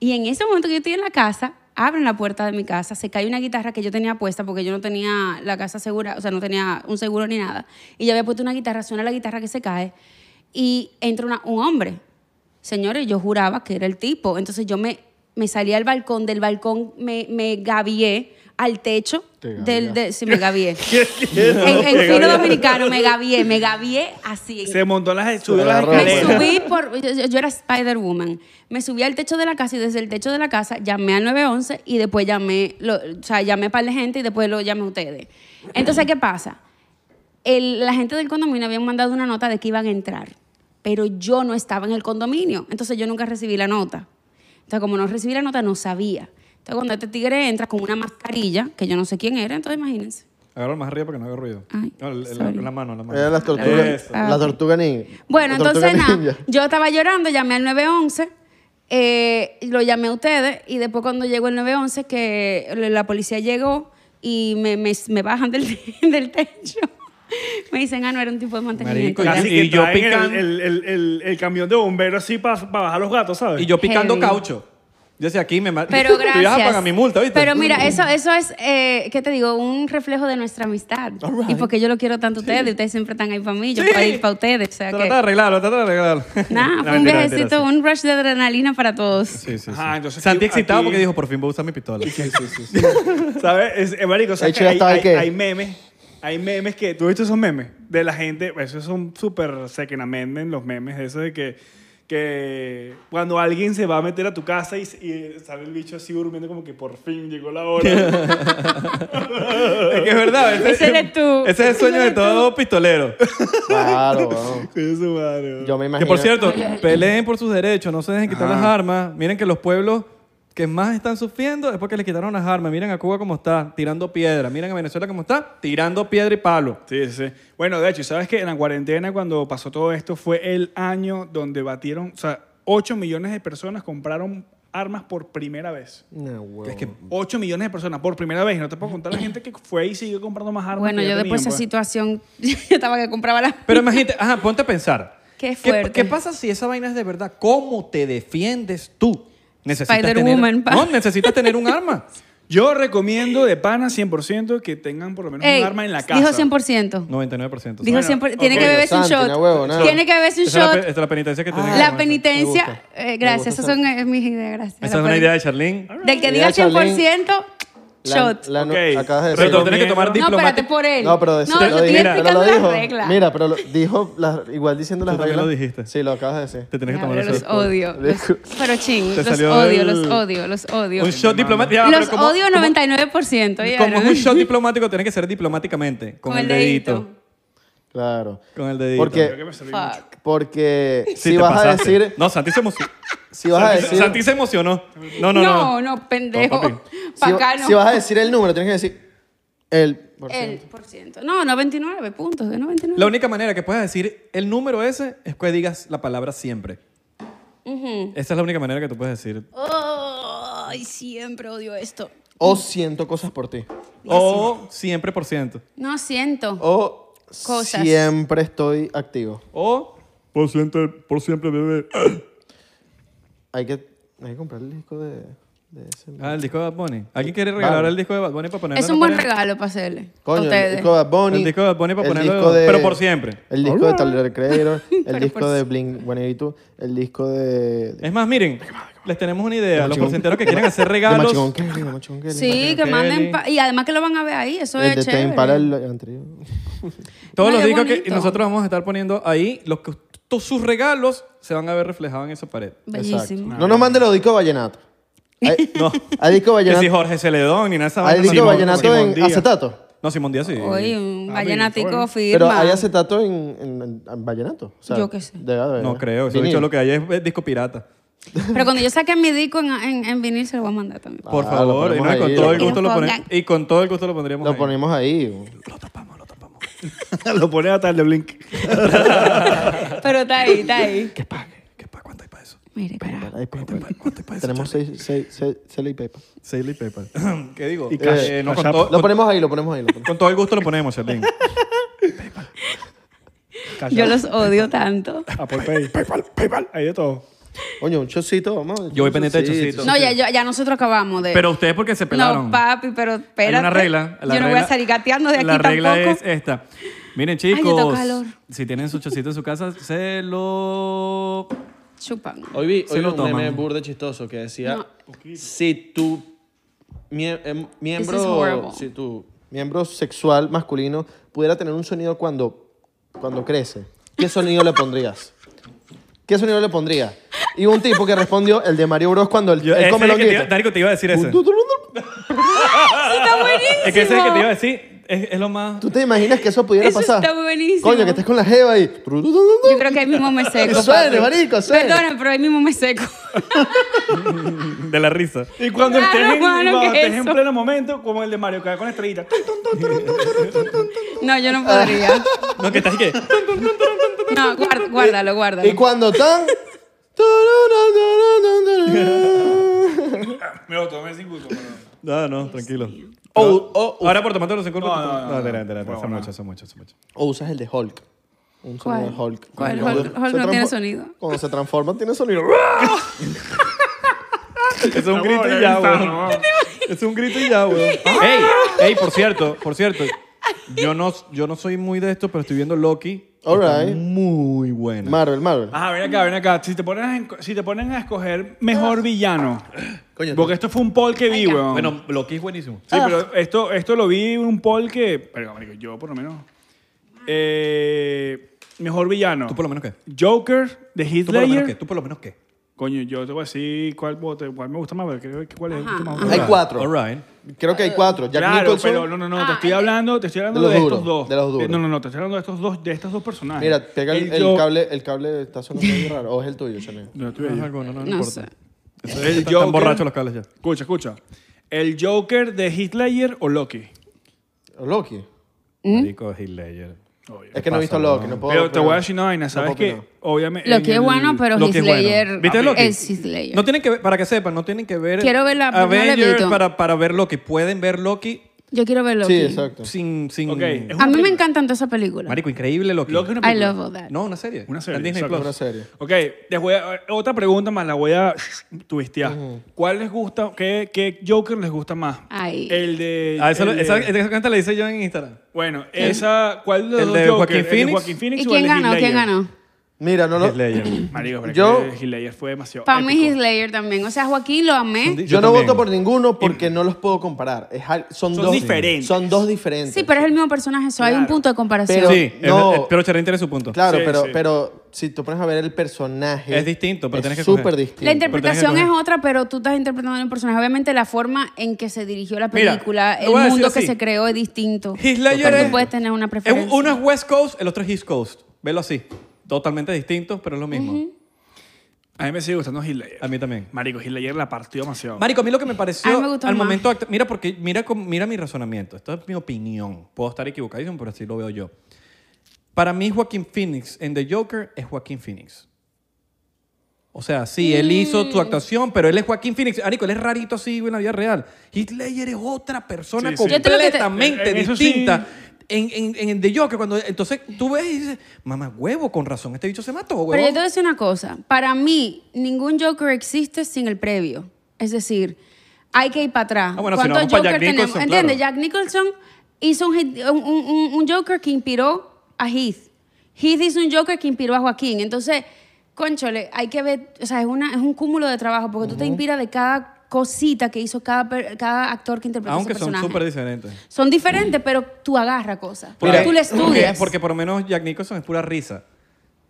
Speaker 3: Y en ese momento que yo estoy en la casa, abren la puerta de mi casa, se cae una guitarra que yo tenía puesta porque yo no tenía la casa segura, o sea, no tenía un seguro ni nada. Y yo había puesto una guitarra, suena la guitarra que se cae y entra una- un hombre. Señores, yo juraba que era el tipo. Entonces yo me, me salí al balcón, del balcón me, me gavié al techo.
Speaker 1: Te
Speaker 3: Del,
Speaker 1: gaviás.
Speaker 3: de, sí, me gavié. en en fino dominicano me gavié, me gavié así.
Speaker 4: Se montó las, subió las
Speaker 1: agarró,
Speaker 3: Me
Speaker 1: Bueno.
Speaker 4: escaleras.
Speaker 3: subí por. Yo, yo- yo era Spider-Woman. Me subí al techo de la casa y desde el techo de la casa llamé al 911 y después llamé. lo- o sea, llamé para la gente y después lo llamé a ustedes. Entonces, ¿qué pasa? El- la gente del condominio habían mandado una nota de que iban a entrar, pero yo no estaba en el condominio. Entonces, yo nunca recibí la nota. Entonces, como no recibí la nota, no sabía. Entonces, cuando este tigre entra con una mascarilla, que yo no sé quién era, entonces imagínense.
Speaker 2: Agárralo más arriba para que no haga ruido.
Speaker 3: Ay,
Speaker 2: No, el- el- la,
Speaker 3: sorry.
Speaker 2: mano, la mano.
Speaker 1: Era las tortugas.
Speaker 2: Eso.
Speaker 1: La tortuga ninja. La
Speaker 3: Bueno,
Speaker 1: tortuga
Speaker 3: entonces nada,
Speaker 1: ninja.
Speaker 3: yo estaba llorando, llamé al 911, eh, lo llamé a ustedes y después cuando llegó el 911 que la policía llegó y me, me- me bajan del, [LAUGHS] del techo, me dicen, ah, no, era un tipo de
Speaker 2: Marico,
Speaker 3: mantenimiento. Ya.
Speaker 4: Casi
Speaker 2: Y-
Speaker 4: que
Speaker 2: y yo
Speaker 4: traen el-
Speaker 2: picando.
Speaker 4: El, el, el- el camión de bomberos así para bajar los gatos, ¿sabes?
Speaker 2: Y yo picando
Speaker 3: Heavy.
Speaker 2: caucho. Yo decía, aquí me ma-
Speaker 3: Pero
Speaker 2: [LAUGHS] Tú ibas
Speaker 3: gracias.
Speaker 2: a pagar mi multa, ¿viste?
Speaker 3: Pero mira, eso, eso es, eh, ¿qué te digo? Un reflejo de nuestra amistad. Y porque yo lo quiero tanto a ustedes, ustedes siempre están ahí para mí, yo
Speaker 2: Sí.
Speaker 3: para ir para ustedes. O sea
Speaker 2: Trata de
Speaker 3: que,
Speaker 2: arreglarlo, trata de arreglarlo. [LAUGHS]
Speaker 3: nada,
Speaker 2: No,
Speaker 3: fue un
Speaker 2: mentira, mentira,
Speaker 3: viajecito,
Speaker 2: sí.
Speaker 3: un rush de adrenalina para todos.
Speaker 2: Sí, sí, sí.
Speaker 4: Ajá, entonces
Speaker 2: Santi
Speaker 4: aquí-
Speaker 2: excitado
Speaker 4: aquí-
Speaker 2: porque dijo, por fin voy a usar mi pistola.
Speaker 4: [LAUGHS] ¿Sabes? Es, eh, marico, o sea,
Speaker 1: El
Speaker 4: que
Speaker 1: chico
Speaker 4: hay,
Speaker 1: estaba
Speaker 4: hay-
Speaker 1: que-
Speaker 4: hay memes. Hay memes que. ¿Tú has visto esos memes? De la gente. Esos son súper second amendment, los memes. Eso de que. Que cuando alguien se va a meter a tu casa y, s- y sale el bicho así durmiendo, como que por fin llegó la
Speaker 1: [LAUGHS]
Speaker 4: hora.
Speaker 2: es que es verdad.
Speaker 3: Ese eres tú.
Speaker 2: Ese es el sueño de todo pistolero.
Speaker 1: [LAUGHS] Claro, weón.
Speaker 4: Coño, su madre, bro.
Speaker 1: Yo me imagino.
Speaker 2: Que por cierto, peleen por sus derechos, no se dejen quitar las armas. Miren que los pueblos que más están sufriendo es porque les quitaron las armas. Miren a Cuba como está, tirando piedra. Miren a Venezuela como está, tirando piedra y palo.
Speaker 4: Sí, sí. Bueno, de hecho, ¿sabes que En la cuarentena, cuando pasó todo esto, fue el año donde batieron, o sea, 8 millones de personas compraron armas por primera vez.
Speaker 1: No, weón.
Speaker 2: Es que
Speaker 4: 8 millones de personas por primera vez. No te puedo contar la gente que fue y siguió comprando más armas.
Speaker 3: Bueno,
Speaker 4: que ya
Speaker 3: yo después de esa
Speaker 4: tenían, pues.
Speaker 3: situación, [LAUGHS] yo estaba que compraba las...
Speaker 2: Pero imagínate, ajá, ponte a pensar.
Speaker 3: Qué
Speaker 2: ¿Qué,
Speaker 3: fuerte.
Speaker 2: pasa si esa vaina es de verdad? ¿Cómo te defiendes tú? Necesitas
Speaker 3: Spider-Woman,
Speaker 2: tener,
Speaker 3: pa.
Speaker 2: No, necesitas tener un arma. [LAUGHS]
Speaker 4: Yo recomiendo de pana 100% que tengan por lo menos
Speaker 3: Ey,
Speaker 4: un arma en la casa.
Speaker 3: Dijo 100%.
Speaker 2: 99%.
Speaker 3: dijo
Speaker 4: Bueno,
Speaker 3: 100%. Tiene
Speaker 4: ok.
Speaker 3: que beberse un
Speaker 1: Santi,
Speaker 3: shot.
Speaker 1: una huevonada.
Speaker 3: Tiene que beberse un
Speaker 2: Esa es la pe- esta
Speaker 3: shot. Ah.
Speaker 2: es la penitencia que tenemos.
Speaker 3: La
Speaker 1: Me
Speaker 3: penitencia...
Speaker 1: gusta.
Speaker 3: eh,
Speaker 1: Me
Speaker 3: gracias,
Speaker 1: gusta,
Speaker 3: esas son eh, mis ideas, gracias.
Speaker 2: Esa
Speaker 3: La
Speaker 2: es una
Speaker 3: pen-
Speaker 2: idea de Charlene.
Speaker 3: Del que
Speaker 1: Idea
Speaker 3: diga
Speaker 1: de Charlene.
Speaker 3: 100%,
Speaker 1: La,
Speaker 3: shot.
Speaker 1: la no-
Speaker 4: Ok.
Speaker 1: acabas de
Speaker 2: Pero
Speaker 1: decir.
Speaker 2: tú tienes que tomar
Speaker 4: No,
Speaker 3: No, espérate,
Speaker 2: diplomático.
Speaker 3: por él.
Speaker 1: No, pero
Speaker 3: no,
Speaker 1: decir- lo
Speaker 3: te estoy
Speaker 1: dijo. Pero
Speaker 3: explicando
Speaker 1: lo
Speaker 3: las
Speaker 1: dijo.
Speaker 3: reglas.
Speaker 1: Mira, pero lo, dijo las- igual diciendo las
Speaker 2: Tú también
Speaker 1: reglas.
Speaker 2: lo dijiste.
Speaker 1: Sí, lo acabas de decir.
Speaker 2: Te tienes que
Speaker 3: Ya,
Speaker 2: tomar
Speaker 3: pero los
Speaker 2: eso.
Speaker 3: odio. los- Pero ching,
Speaker 2: Te
Speaker 3: los
Speaker 2: salió
Speaker 3: odio,
Speaker 2: el-
Speaker 3: los odio, los odio.
Speaker 2: Un shot diplomático. Ya,
Speaker 3: Los
Speaker 2: pero ¿cómo-
Speaker 3: odio
Speaker 2: cómo-
Speaker 3: 99%. ya,
Speaker 2: Como
Speaker 3: ¿no?
Speaker 2: es un shot diplomático, tiene que ser diplomáticamente. Con, el dedito.
Speaker 1: Claro.
Speaker 2: Con el dedito.
Speaker 4: Creo que
Speaker 1: Porque,
Speaker 4: me serví mucho.
Speaker 3: Fuck.
Speaker 1: porque
Speaker 2: Sí,
Speaker 1: si
Speaker 2: te
Speaker 1: vas
Speaker 2: pasaste.
Speaker 1: a decir,
Speaker 2: No, Santi se emocionó.
Speaker 1: [LAUGHS] si vas a
Speaker 2: Santi,
Speaker 1: decir,
Speaker 2: Santi se emocionó. No, no, no.
Speaker 3: No, no, pendejo.
Speaker 2: No, papi.
Speaker 1: si,
Speaker 3: Bacano.
Speaker 1: si vas a decir el número, tienes que decir el por
Speaker 3: El
Speaker 1: ciento.
Speaker 3: por ciento. No, 99 puntos, de 99.
Speaker 2: La única manera que puedes decir el número ese es que digas la palabra siempre. Esa es la única manera que tú puedes decir.
Speaker 3: Ay, siempre odio esto.
Speaker 1: o siento cosas por ti
Speaker 2: O siempre por ciento.
Speaker 3: No siento.
Speaker 1: o
Speaker 3: Cosas.
Speaker 1: siempre estoy activo.
Speaker 2: O
Speaker 6: Por siempre, por siempre, bebé.
Speaker 1: Hay que, hay que comprar el disco de, de ese.
Speaker 2: ah, el disco de Bad Bunny. ¿Alguien quiere regalar
Speaker 1: Vale.
Speaker 2: el disco de Bad Bunny para ponerlo?
Speaker 3: es
Speaker 2: en
Speaker 3: un
Speaker 2: la
Speaker 3: buen
Speaker 2: pared?
Speaker 3: regalo para hacerle. a
Speaker 1: Coño, el
Speaker 3: ustedes.
Speaker 1: disco de Bad Bunny.
Speaker 2: El disco de Bad Bunny para
Speaker 1: el
Speaker 2: ponerlo-
Speaker 1: disco
Speaker 2: pero por siempre.
Speaker 1: El disco de Tyler
Speaker 3: [LAUGHS]
Speaker 1: Creator. El
Speaker 3: Pero
Speaker 1: disco
Speaker 3: por
Speaker 1: de Blink Buenito. El disco de. de-
Speaker 2: Es más, miren, les tenemos una idea.
Speaker 1: de
Speaker 2: Los
Speaker 1: Machigón-
Speaker 2: porcenteros que quieren hacer
Speaker 1: De
Speaker 2: regalos.
Speaker 1: Machigón Kelly, de Machigón Kelly.
Speaker 3: Sí, que
Speaker 2: Kelly.
Speaker 3: manden. pa- Y además que lo van a ver ahí, eso
Speaker 1: El de
Speaker 3: es
Speaker 1: Tame
Speaker 3: chévere.
Speaker 1: Impala, el anterior.
Speaker 2: Todos
Speaker 3: No,
Speaker 2: los
Speaker 3: qué
Speaker 2: discos que
Speaker 3: bonito.
Speaker 2: nosotros vamos a estar poniendo ahí, los que, todos sus regalos se van a ver reflejados en esa pared.
Speaker 3: Bellísimo.
Speaker 1: Exacto. No nos manden los discos de vallenato. Hay,
Speaker 2: No.
Speaker 1: [LAUGHS] hay disco de
Speaker 3: [LAUGHS]
Speaker 2: Que si
Speaker 1: vallenato.
Speaker 2: Jorge Celedón ni nada de esa
Speaker 1: Hay
Speaker 2: vaina,
Speaker 1: disco de
Speaker 2: no.
Speaker 1: vallenato
Speaker 4: Simón
Speaker 1: en
Speaker 4: Díaz.
Speaker 1: acetato.
Speaker 2: No, Simón Díaz sí.
Speaker 3: Oye, un
Speaker 4: Ah,
Speaker 3: vallenatico
Speaker 4: bueno.
Speaker 3: firma.
Speaker 1: Pero hay acetato en, en, en- en vallenato. O sea,
Speaker 3: Yo qué sé.
Speaker 1: debe haber.
Speaker 2: No creo. Eso
Speaker 1: Vinil.
Speaker 2: dicho, lo que hay es eh, disco pirata.
Speaker 3: Pero cuando yo saque mi disco en, en, en vinil, se lo voy a mandar también.
Speaker 2: [LAUGHS]
Speaker 1: Ah,
Speaker 2: Por
Speaker 1: lo
Speaker 2: favor. Y, no, y
Speaker 1: ponemos
Speaker 2: con
Speaker 1: ahí,
Speaker 2: todo
Speaker 1: lo
Speaker 2: el gusto lo
Speaker 3: ponemos.
Speaker 2: pone- y con todo el gusto lo pondríamos
Speaker 1: Lo
Speaker 2: ahí.
Speaker 1: ponemos ahí.
Speaker 4: [LAUGHS] [LAUGHS] Lo pones a tal de Blink.
Speaker 3: Pero está ahí, está ahí.
Speaker 2: ¿Qué pague? ¿Qué pague? ¿Cuánto hay para eso?
Speaker 3: Mire, carajo.
Speaker 1: Ahí, pues, pues.
Speaker 2: ¿Cuánto hay para eso?
Speaker 1: Tenemos seis, seis, seis, seis y pepa.
Speaker 2: Sale y PayPal. [CLEARS THROAT] ¿Qué digo?
Speaker 4: Y cash,
Speaker 2: Eh, no,
Speaker 4: cash
Speaker 2: con,
Speaker 4: app.
Speaker 2: todo-
Speaker 1: Lo
Speaker 2: con-
Speaker 1: ponemos ahí, lo ponemos ahí. Lo ponemos.
Speaker 2: con todo el gusto lo ponemos, Sherlyn.
Speaker 4: Cacha.
Speaker 3: Yo los odio tanto.
Speaker 4: Apple Pay. Ah, PayPal, PayPal. Ahí de todo.
Speaker 1: Coño, un chocito, vamos.
Speaker 2: Yo voy pendiente de chocito.
Speaker 3: No, ya, ya, ya nosotros acabamos de.
Speaker 2: Pero ustedes porque se pelaron.
Speaker 3: No, papi, pero espérate.
Speaker 2: Hay una regla. la
Speaker 3: yo no voy a
Speaker 2: regla-
Speaker 3: salir gateando de aquí
Speaker 2: La regla
Speaker 3: tampoco.
Speaker 2: es eh, esta. Miren,
Speaker 3: yo tengo
Speaker 2: chicos,
Speaker 3: calor.
Speaker 2: si tienen su chocito en su casa, se lo...
Speaker 3: Chupan.
Speaker 1: Hoy vi,
Speaker 2: Se
Speaker 1: hoy vi
Speaker 2: lo
Speaker 1: un meme
Speaker 2: toman.
Speaker 1: burda chistoso que decía,
Speaker 3: No.
Speaker 1: si tu mie- em,
Speaker 3: This is
Speaker 1: miembro,
Speaker 3: horrible.
Speaker 1: si tu miembro sexual masculino pudiera tener un sonido cuando, cuando crece, ¿qué sonido le pondrías? ¿Qué sonido le pondrías? Y un tipo que respondió, el de Mario Bros, cuando el,
Speaker 2: Yo,
Speaker 1: el
Speaker 2: ese
Speaker 1: come
Speaker 2: es
Speaker 1: los
Speaker 2: el este. que te, iba-
Speaker 1: gritos.
Speaker 2: Darico, te iba a decir ese.
Speaker 3: Está buenísimo.
Speaker 2: Es que ese es el que te iba a decir. Es, es lo más...
Speaker 1: ¿Tú te imaginas que eso pudiera
Speaker 3: Eso
Speaker 1: pasar?
Speaker 3: está buenísimo.
Speaker 1: Coño, que estés con la jeva ahí.
Speaker 3: Yo creo que ahí mismo me seco.
Speaker 1: Que suene,
Speaker 3: papi.
Speaker 1: marico, suene.
Speaker 3: Perdona, pero ahí mismo me seco. [LAUGHS]
Speaker 2: De la risa.
Speaker 4: Y cuando
Speaker 3: Claro,
Speaker 4: estés, en,
Speaker 3: mano,
Speaker 4: cuando
Speaker 3: ¿qué es
Speaker 4: estés en
Speaker 3: eso?
Speaker 4: pleno momento, como el de Mario Kart con estrellita. Tum, tum, tum, tum, tum.
Speaker 3: No, yo no podría.
Speaker 2: No, que estás aquí.
Speaker 3: No, guarda- guárdalo, guárdalo.
Speaker 1: Y cuando
Speaker 3: [LAUGHS]
Speaker 1: tan...
Speaker 4: Me lo tomé sin gusto.
Speaker 2: No,
Speaker 4: pero-
Speaker 2: no, tranquilo.
Speaker 1: O- o-
Speaker 2: Ahora por tomártelo sin culpa.
Speaker 4: No,
Speaker 2: tú-
Speaker 4: no, no, no.
Speaker 2: espera, espera, espera,
Speaker 4: Bueno,
Speaker 2: Son
Speaker 4: no.
Speaker 2: muchos, son muchos, son muchos.
Speaker 1: O usas el de Hulk. Un
Speaker 3: ¿Cuál?
Speaker 1: sonido de Hulk.
Speaker 3: ¿Cuál?
Speaker 1: Cuando
Speaker 3: Hulk-
Speaker 1: se
Speaker 3: Hulk no tiene
Speaker 1: transfor-
Speaker 3: sonido.
Speaker 1: Cuando se transforma tiene sonido.
Speaker 2: Es un grito y ya, weón. Es un grito y ya, weón. Ey, ey, por cierto, por cierto. Yo no, yo no soy muy de esto, pero estoy viendo Loki.
Speaker 1: All
Speaker 2: Está
Speaker 1: right.
Speaker 2: Muy buena.
Speaker 1: Marvel, Marvel.
Speaker 4: Ajá, ven acá, ven acá. Si te ponen a, enco- si te ponen a escoger
Speaker 3: Ah.
Speaker 4: mejor villano.
Speaker 1: Coño,
Speaker 4: Porque esto fue un poll que vi, weón.
Speaker 2: Bueno, Loki es buenísimo.
Speaker 4: Sí,
Speaker 1: Ah.
Speaker 4: pero esto, esto lo vi en un poll que. Pero, marico, yo por lo menos. Eh, mejor villano.
Speaker 2: ¿Tú por lo menos qué?
Speaker 4: Joker de Heath
Speaker 2: ¿Tú por lo menos qué?
Speaker 4: Ledger.
Speaker 2: ¿Tú por lo menos qué?
Speaker 4: Coño, yo te voy a decir cuál, voto- cuál me gusta más, pero creo que cuál es el que más me gusta.
Speaker 1: Hay cuatro.
Speaker 2: All right.
Speaker 1: Creo que hay cuatro. Jack
Speaker 4: claro,
Speaker 1: Nicholson.
Speaker 4: pero no, no, no,
Speaker 3: Ah,
Speaker 4: te estoy
Speaker 3: el-
Speaker 4: hablando, te estoy hablando
Speaker 1: de
Speaker 4: de,
Speaker 1: los
Speaker 4: estos
Speaker 1: duros,
Speaker 4: dos.
Speaker 1: de los duros.
Speaker 4: No, no, no, te estoy hablando de estos dos, de estos dos personajes.
Speaker 1: Mira, pega el, el
Speaker 4: Jo-
Speaker 1: cable, el cable está sonando muy raro. O es el tuyo, Chanel.
Speaker 4: No, tú-
Speaker 2: No, no, no,
Speaker 3: No
Speaker 2: importa.
Speaker 3: sé.
Speaker 2: Eso-
Speaker 4: El
Speaker 2: están
Speaker 4: Joker.
Speaker 2: borrachos los cables ya.
Speaker 4: Escucha, escucha. ¿El Joker de Heath Ledger o Loki?
Speaker 1: ¿O Loki. ¿Mm?
Speaker 2: Marico, Heath Ledger.
Speaker 1: Es que no he visto Loki, no puedo.
Speaker 4: Pero te voy a
Speaker 1: opinar.
Speaker 4: decir una vaina, ¿sabes
Speaker 1: No puedo
Speaker 4: qué?
Speaker 1: opinar.
Speaker 4: Obviamente.
Speaker 3: Lo que es bueno, pero
Speaker 2: Lo
Speaker 3: Heath
Speaker 2: que es bueno.
Speaker 3: Ledger
Speaker 2: ¿Viste Loki?
Speaker 3: es Heath Ledger.
Speaker 2: No tienen que ver, para que sepan, no tienen que ver
Speaker 3: Quiero verla, pero no la he
Speaker 2: Avengers
Speaker 3: visto.
Speaker 2: para, para ver Loki. Pueden ver Loki
Speaker 3: Yo quiero verlo.
Speaker 1: Sí, exacto.
Speaker 2: sin... sin
Speaker 4: Ok, es un-
Speaker 3: A mí me encantan todas esas películas.
Speaker 2: Marico, increíble Loki.
Speaker 4: Loki es una
Speaker 3: I
Speaker 4: película.
Speaker 3: love all that.
Speaker 2: No, una serie.
Speaker 4: Una
Speaker 2: En
Speaker 4: serie.
Speaker 2: Disney
Speaker 4: exacto.
Speaker 1: Una
Speaker 2: Plus.
Speaker 1: serie.
Speaker 4: Ok, les voy a- otra pregunta más, la voy a twistear. ¿Cuál les gusta, qué, qué Joker les gusta más?
Speaker 3: Ay.
Speaker 4: El de...
Speaker 2: Ah, esa,
Speaker 4: el
Speaker 2: lo-
Speaker 4: de-
Speaker 2: esa, esa cuenta la hice yo en Instagram.
Speaker 4: Bueno, esa... ¿Cuál de los
Speaker 2: ¿El
Speaker 4: dos
Speaker 2: de
Speaker 4: Joker?
Speaker 2: Joaquín
Speaker 4: ¿El de
Speaker 2: Phoenix?
Speaker 4: Joaquín Phoenix
Speaker 3: ¿Y
Speaker 4: o el
Speaker 3: quién
Speaker 4: de Heath
Speaker 3: ganó? ¿Quién
Speaker 4: Ledger?
Speaker 3: ganó?
Speaker 1: Mira, no lo.
Speaker 2: Heath Ledger.
Speaker 4: Marico, pero
Speaker 1: Yo-
Speaker 4: yo, Heath Ledger fue demasiado
Speaker 3: Para mí
Speaker 4: épico.
Speaker 3: Heath Ledger también. O sea, Joaquín lo amé.
Speaker 1: Yo no
Speaker 2: también.
Speaker 1: voto por ninguno porque no los puedo comparar. Es al- son,
Speaker 4: Son
Speaker 1: dos
Speaker 4: diferentes.
Speaker 1: Son dos diferentes.
Speaker 3: Sí, pero es el mismo personaje. Eso hay un
Speaker 4: Claro.
Speaker 3: punto de comparación.
Speaker 1: Pero-
Speaker 2: sí, es-
Speaker 1: no.
Speaker 2: es- pero Charlene tiene su punto.
Speaker 1: Claro,
Speaker 4: Sí,
Speaker 1: pero,
Speaker 4: sí.
Speaker 1: pero si tú pones a ver el personaje.
Speaker 2: Es distinto, pero tienes que
Speaker 1: Es súper
Speaker 2: escoger.
Speaker 1: distinto.
Speaker 3: La
Speaker 2: Pero tenés que
Speaker 3: interpretación
Speaker 2: coger.
Speaker 3: es otra, pero tú estás interpretando el personaje. Obviamente la forma en que se dirigió la
Speaker 2: Mira,
Speaker 3: película,
Speaker 2: lo
Speaker 3: el
Speaker 2: voy a decir
Speaker 3: mundo que
Speaker 2: así.
Speaker 3: se creó es distinto.
Speaker 2: Heath Ledger
Speaker 3: Pero tú
Speaker 2: es-
Speaker 3: puedes tener una
Speaker 2: Es
Speaker 3: preferencia.
Speaker 2: un- Uno es West Coast, el otro es East Coast. Velo así. Totalmente distintos, pero es lo mismo.
Speaker 4: A mí me sigue gustando Heath Ledger.
Speaker 2: A mí también.
Speaker 4: Marico, Heath Ledger la partió demasiado.
Speaker 2: Marico, a mí lo que me pareció
Speaker 3: A mí me gustó
Speaker 2: al
Speaker 3: más.
Speaker 2: momento act- mira porque mira com- mira mi razonamiento, esto es mi opinión, puedo estar equivocadísimo, pero así lo veo yo. Para mí Joaquín Phoenix en The Joker es Joaquín Phoenix. O sea, sí, él hizo
Speaker 3: Mm.
Speaker 2: tu actuación, pero él es Joaquín Phoenix. Marico, él es rarito así güey, en la vida real. Heath Ledger es otra persona
Speaker 4: Sí, sí.
Speaker 3: Yo te lo que te-
Speaker 2: completamente
Speaker 4: En- en eso sí.
Speaker 2: distinta. En, en, en The Joker, cuando entonces tú ves y dices, mamá huevo, con razón, este bicho se mató,
Speaker 3: Pero yo
Speaker 2: huevo.
Speaker 3: te voy a decir una cosa. Para mí, ningún Joker existe sin el previo. Es decir, hay que ir para atrás.
Speaker 2: Ah, bueno, si no,
Speaker 3: ¿Cuántos
Speaker 2: vamos para
Speaker 3: Joker
Speaker 2: Jack
Speaker 3: tenemos?
Speaker 2: Nicholson,
Speaker 3: ¿Entiendes?
Speaker 2: claro.
Speaker 3: Jack Nicholson hizo un, hit- un- un- un- un Joker que inspiró a Heath. Heath hizo un Joker que inspiró a Joaquín. Entonces, conchole, hay que ver... O sea, es, una, es un cúmulo de trabajo porque tú te inspiras de cada cosita que hizo cada, per- cada actor que interpretó
Speaker 2: Aunque
Speaker 3: ese
Speaker 2: son
Speaker 3: personaje.
Speaker 2: súper diferentes.
Speaker 3: Son diferentes, pero tú agarras cosas.
Speaker 1: Mira,
Speaker 3: tú le
Speaker 2: Porque-
Speaker 3: estudias.
Speaker 2: Porque por lo menos Jack Nicholson es pura risa.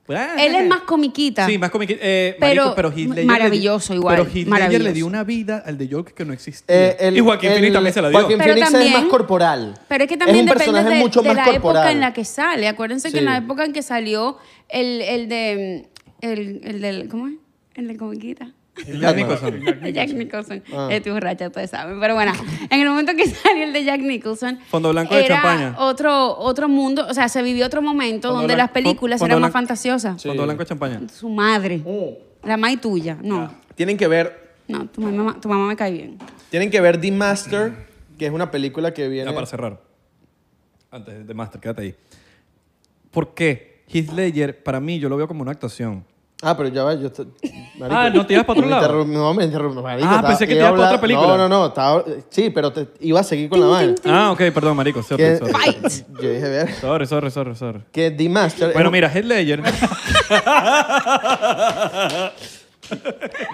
Speaker 2: Pues, ah,
Speaker 3: Él es más comiquita.
Speaker 2: Sí, más cómico. Eh,
Speaker 3: Pero
Speaker 2: marico, pero Heath Ledger le di-
Speaker 3: maravilloso igual,
Speaker 2: Pero Heath Ledger le
Speaker 3: maravilloso.
Speaker 2: dio una vida al de Joker que no existía.
Speaker 1: Eh, el-
Speaker 2: y Joaquín
Speaker 1: el-
Speaker 2: Phoenix también se la dio.
Speaker 1: Joaquín
Speaker 3: Pero
Speaker 1: Phoenix
Speaker 3: también-
Speaker 1: es más corporal.
Speaker 3: Pero es que también
Speaker 1: un
Speaker 3: depende
Speaker 1: personaje
Speaker 3: de,
Speaker 1: mucho
Speaker 3: de
Speaker 1: más
Speaker 3: la
Speaker 1: corporal.
Speaker 3: época en la que sale. Acuérdense que en
Speaker 1: Sí.
Speaker 3: la época en que salió el, el de... mm, El, el del... ¿Cómo es? El del comiquita.
Speaker 2: El Jack Nicholson.
Speaker 3: [LAUGHS] Jack Nicholson.
Speaker 1: Ah.
Speaker 3: Estoy borracha, ustedes saben. Pero bueno, [LAUGHS] en el momento que salió el de Jack Nicholson...
Speaker 2: Fondo blanco de
Speaker 3: era
Speaker 2: champaña.
Speaker 3: Otro, otro mundo, o sea, se vivió otro momento
Speaker 2: Fondo
Speaker 3: donde
Speaker 2: blanco-
Speaker 3: las películas
Speaker 2: fondo
Speaker 3: eran más
Speaker 2: blanco-
Speaker 3: fantasiosas.
Speaker 2: Fondo blanco de champaña.
Speaker 3: Su madre.
Speaker 1: Oh.
Speaker 3: La mamá y tuya. No,
Speaker 1: Mm. Tienen que ver,
Speaker 3: no, tu mamá, tu mamá me cae bien.
Speaker 1: tienen que ver The Master, que es una película que viene.
Speaker 2: Ya para cerrar. Antes de Master, quédate ahí. ¿Por qué? Heath Ledger, para mí, yo lo veo como una actuación.
Speaker 1: Ah, pero ya va, yo. estoy- marico,
Speaker 2: Ah, ¿no te ibas para otro
Speaker 1: me
Speaker 2: lado?
Speaker 1: interrum- No, me interrumpo, marico.
Speaker 2: Ah,
Speaker 1: estaba-
Speaker 2: pensé que te
Speaker 1: iba a
Speaker 2: ibas para
Speaker 1: hablar-
Speaker 2: otra película.
Speaker 1: No, no, no. estaba- sí, pero te, iba a seguir con la vaina.
Speaker 2: Ah, ok, perdón, marico.
Speaker 1: Que-
Speaker 2: Sorry, sorry.
Speaker 1: Yo dije, ver.
Speaker 2: Sorry, sorry, sorry, sorry.
Speaker 1: Que The Master. eh,
Speaker 2: Bueno, mira, Heath Ledger. [LAUGHS]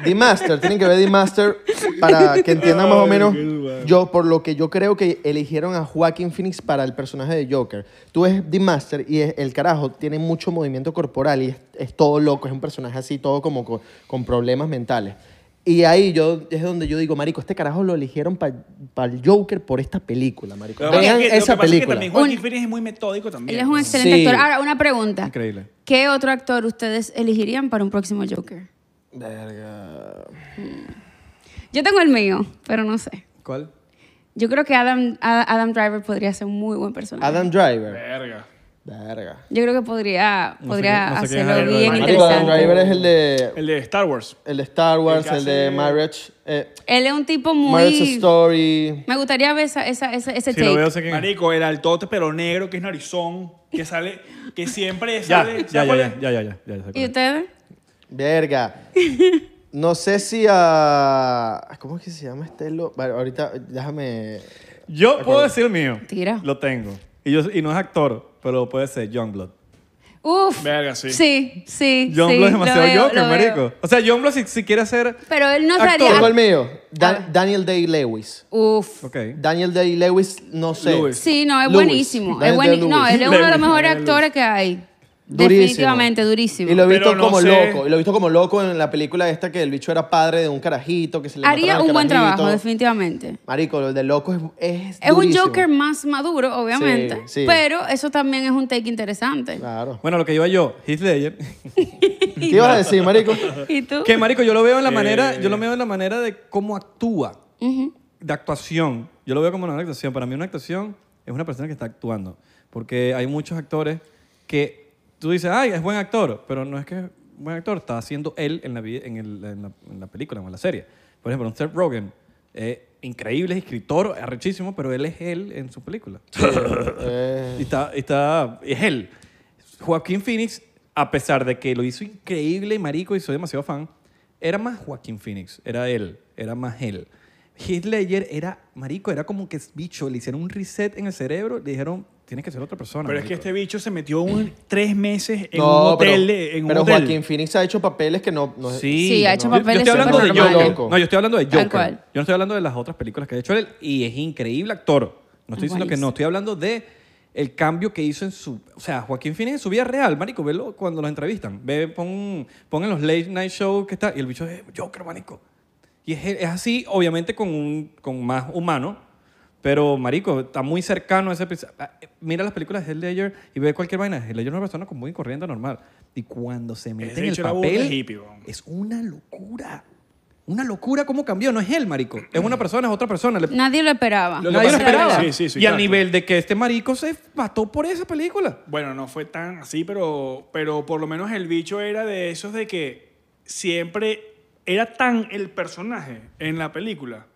Speaker 1: The Master, tienen que ver The Master [LAUGHS] para que entiendan más o menos.
Speaker 4: qué guay.
Speaker 1: Yo, por lo que yo creo que eligieron a Joaquin Phoenix para el personaje de Joker. Tú ves The Master y es- el carajo tiene mucho movimiento corporal y es, es todo loco, es un personaje así, todo como co- con, problemas mentales. Y ahí yo, es donde yo digo, marico, este carajo lo eligieron para el Joker por esta película, marico.
Speaker 4: Lo que pasa
Speaker 1: Vean
Speaker 4: es que- lo
Speaker 1: esa
Speaker 4: que pasa es que
Speaker 1: película.
Speaker 4: también Joaquín
Speaker 3: Un-
Speaker 4: Phoenix es muy metódico también.
Speaker 3: Él es un excelente
Speaker 1: Sí.
Speaker 3: actor. Ahora, una pregunta.
Speaker 2: Increíble.
Speaker 3: ¿Qué otro actor ustedes elegirían para un próximo Joker?
Speaker 1: Verga.
Speaker 3: Yo tengo el mío, pero no sé.
Speaker 2: ¿Cuál?
Speaker 3: Yo creo que Adam, Ad- Adam Driver podría ser un muy buen personaje.
Speaker 1: Adam Driver.
Speaker 4: Verga.
Speaker 1: Verga.
Speaker 3: Yo creo que podría,
Speaker 2: sé
Speaker 3: podría
Speaker 2: qué- no sé qué es
Speaker 3: hacerlo
Speaker 2: Adam Driver.
Speaker 3: bien
Speaker 1: Marico, Adam Driver
Speaker 3: interesante.
Speaker 1: es el
Speaker 4: El
Speaker 1: de,
Speaker 4: de Star Wars.
Speaker 1: el de Star Wars,
Speaker 4: que
Speaker 1: el, de
Speaker 4: hace-
Speaker 1: Marriage. eh,
Speaker 3: Él es un tipo
Speaker 1: Marriage
Speaker 3: muy...
Speaker 1: Story.
Speaker 3: Me gustaría ver esa, esa- esa- ese
Speaker 2: Si
Speaker 3: take.
Speaker 2: lo veo, sé quién es.
Speaker 4: Marico, el altote pero negro que es narizón, que sale, que
Speaker 2: [LAUGHS]
Speaker 4: siempre
Speaker 2: Ya,
Speaker 4: sale.
Speaker 2: ya,
Speaker 4: ¿sabes
Speaker 2: ya,
Speaker 4: cuál
Speaker 2: ya,
Speaker 4: es?
Speaker 2: ya, ya, ya, ya, ya,
Speaker 3: ¿Y
Speaker 2: ya.
Speaker 3: ustedes?
Speaker 1: Verga. No sé si a. ¿Cómo es que se llama este loco? Vale, ahorita déjame.
Speaker 2: Yo puedo decir el mío.
Speaker 3: Tira.
Speaker 2: Lo tengo. Y, yo, y no es actor, pero puede ser Youngblood.
Speaker 3: Uf.
Speaker 4: Verga, sí.
Speaker 3: Sí, sí,
Speaker 2: Youngblood
Speaker 3: sí,
Speaker 2: es demasiado
Speaker 3: lo veo,
Speaker 2: Joker,
Speaker 3: lo veo.
Speaker 2: marico. O sea, Youngblood si, si quiere ser...
Speaker 3: Pero él no
Speaker 2: Actor.
Speaker 3: sería...
Speaker 1: Tengo el mío.
Speaker 3: Ah.
Speaker 1: Dan- Daniel Day Lewis.
Speaker 3: Uf.
Speaker 2: Ok.
Speaker 1: Daniel Day Lewis, no sé.
Speaker 4: Lewis.
Speaker 3: Sí, no, es
Speaker 1: Lewis.
Speaker 3: buenísimo.
Speaker 1: Daniel
Speaker 3: Es bueni-
Speaker 1: Day-Lewis.
Speaker 3: No, él es uno de los
Speaker 4: Lewis.
Speaker 3: mejores actores que hay.
Speaker 1: Durísimo.
Speaker 3: Definitivamente, durísimo.
Speaker 1: Y lo he visto
Speaker 4: Pero no
Speaker 1: como
Speaker 4: sé.
Speaker 1: loco. Y lo he visto como loco en la película esta que el bicho era padre de un carajito que se le
Speaker 3: Haría
Speaker 1: mataron al
Speaker 3: un buen
Speaker 1: carajito.
Speaker 3: trabajo, definitivamente.
Speaker 1: Marico, el de loco es. Es,
Speaker 3: Es un
Speaker 1: durísimo.
Speaker 3: Joker más maduro, obviamente.
Speaker 1: Sí, sí.
Speaker 3: Pero eso también es un take interesante.
Speaker 1: Claro.
Speaker 2: Bueno, lo que iba yo, Heath Ledger.
Speaker 1: ¿Qué ibas a decir, Marico?
Speaker 3: ¿Y tú?
Speaker 2: que, marico, yo lo veo en la manera... Yo lo veo en la manera de cómo actúa. De actuación. Yo lo veo como una actuación. Para mí una actuación es una persona que está actuando. Porque hay muchos actores que tú dices, ay, es buen actor. Pero no es que es buen actor. Está haciendo él en la, vi- en el- en la, en la película o en la serie. Por ejemplo, un Seth Rogen. eh, increíble, escritor, arrechísimo, pero él es él en su película.
Speaker 1: Eh,
Speaker 2: Y está, y está, y es él. Joaquín Phoenix, a pesar de que lo hizo increíble, marico, y soy demasiado fan, era más Joaquín Phoenix, era él, era más él. Heath Ledger era, marico, era como que, bicho, le hicieron un reset en el cerebro, le dijeron, tienes que ser otra persona.
Speaker 4: Pero es que
Speaker 2: marico".
Speaker 4: este bicho se metió un, tres meses en
Speaker 1: no,
Speaker 4: un hotel.
Speaker 1: pero,
Speaker 4: de- en un
Speaker 1: pero
Speaker 4: hotel.
Speaker 1: Joaquín Phoenix ha hecho papeles que no. no
Speaker 2: Sí,
Speaker 3: Sí, ha hecho
Speaker 2: Yo-
Speaker 3: papeles
Speaker 2: Yo estoy hablando de
Speaker 1: supernormales.
Speaker 2: Joker.
Speaker 1: Loco.
Speaker 2: No, yo estoy hablando de
Speaker 3: Tal
Speaker 2: Joker.
Speaker 3: cual.
Speaker 2: Yo no estoy hablando de las otras películas que ha hecho él y es increíble actor. No estoy
Speaker 3: Es
Speaker 2: diciendo que
Speaker 3: buenísimo.
Speaker 2: no, estoy hablando de el cambio que hizo en su, o sea, Joaquín Phoenix en su vida real, marico, velo cuando los entrevistan, ve pon, pon en los late night shows que está y el bicho es Joker, marico. Y es, es así, obviamente con un con más humano, pero marico, está muy cercano a ese pers- ah, eh, mira las películas de Heath Ledger y ve cualquier vaina, Heath Ledger es una persona como muy corriente normal y cuando se mete en el
Speaker 4: bicho era burda de
Speaker 2: papel
Speaker 4: hippie, weón.
Speaker 2: es una locura. Una locura cómo cambió. No es él, marico. Es una persona, es otra persona. Le-
Speaker 3: Nadie lo esperaba.
Speaker 4: Lo que
Speaker 2: Nadie lo
Speaker 4: pasa es que-
Speaker 2: esperaba.
Speaker 4: Sí, sí, sí,
Speaker 2: y
Speaker 4: claro.
Speaker 2: al nivel de que este marico se mató por esa película.
Speaker 4: Bueno, no fue tan así, pero, pero por lo menos el bicho era de esos de que siempre era tan el personaje en la película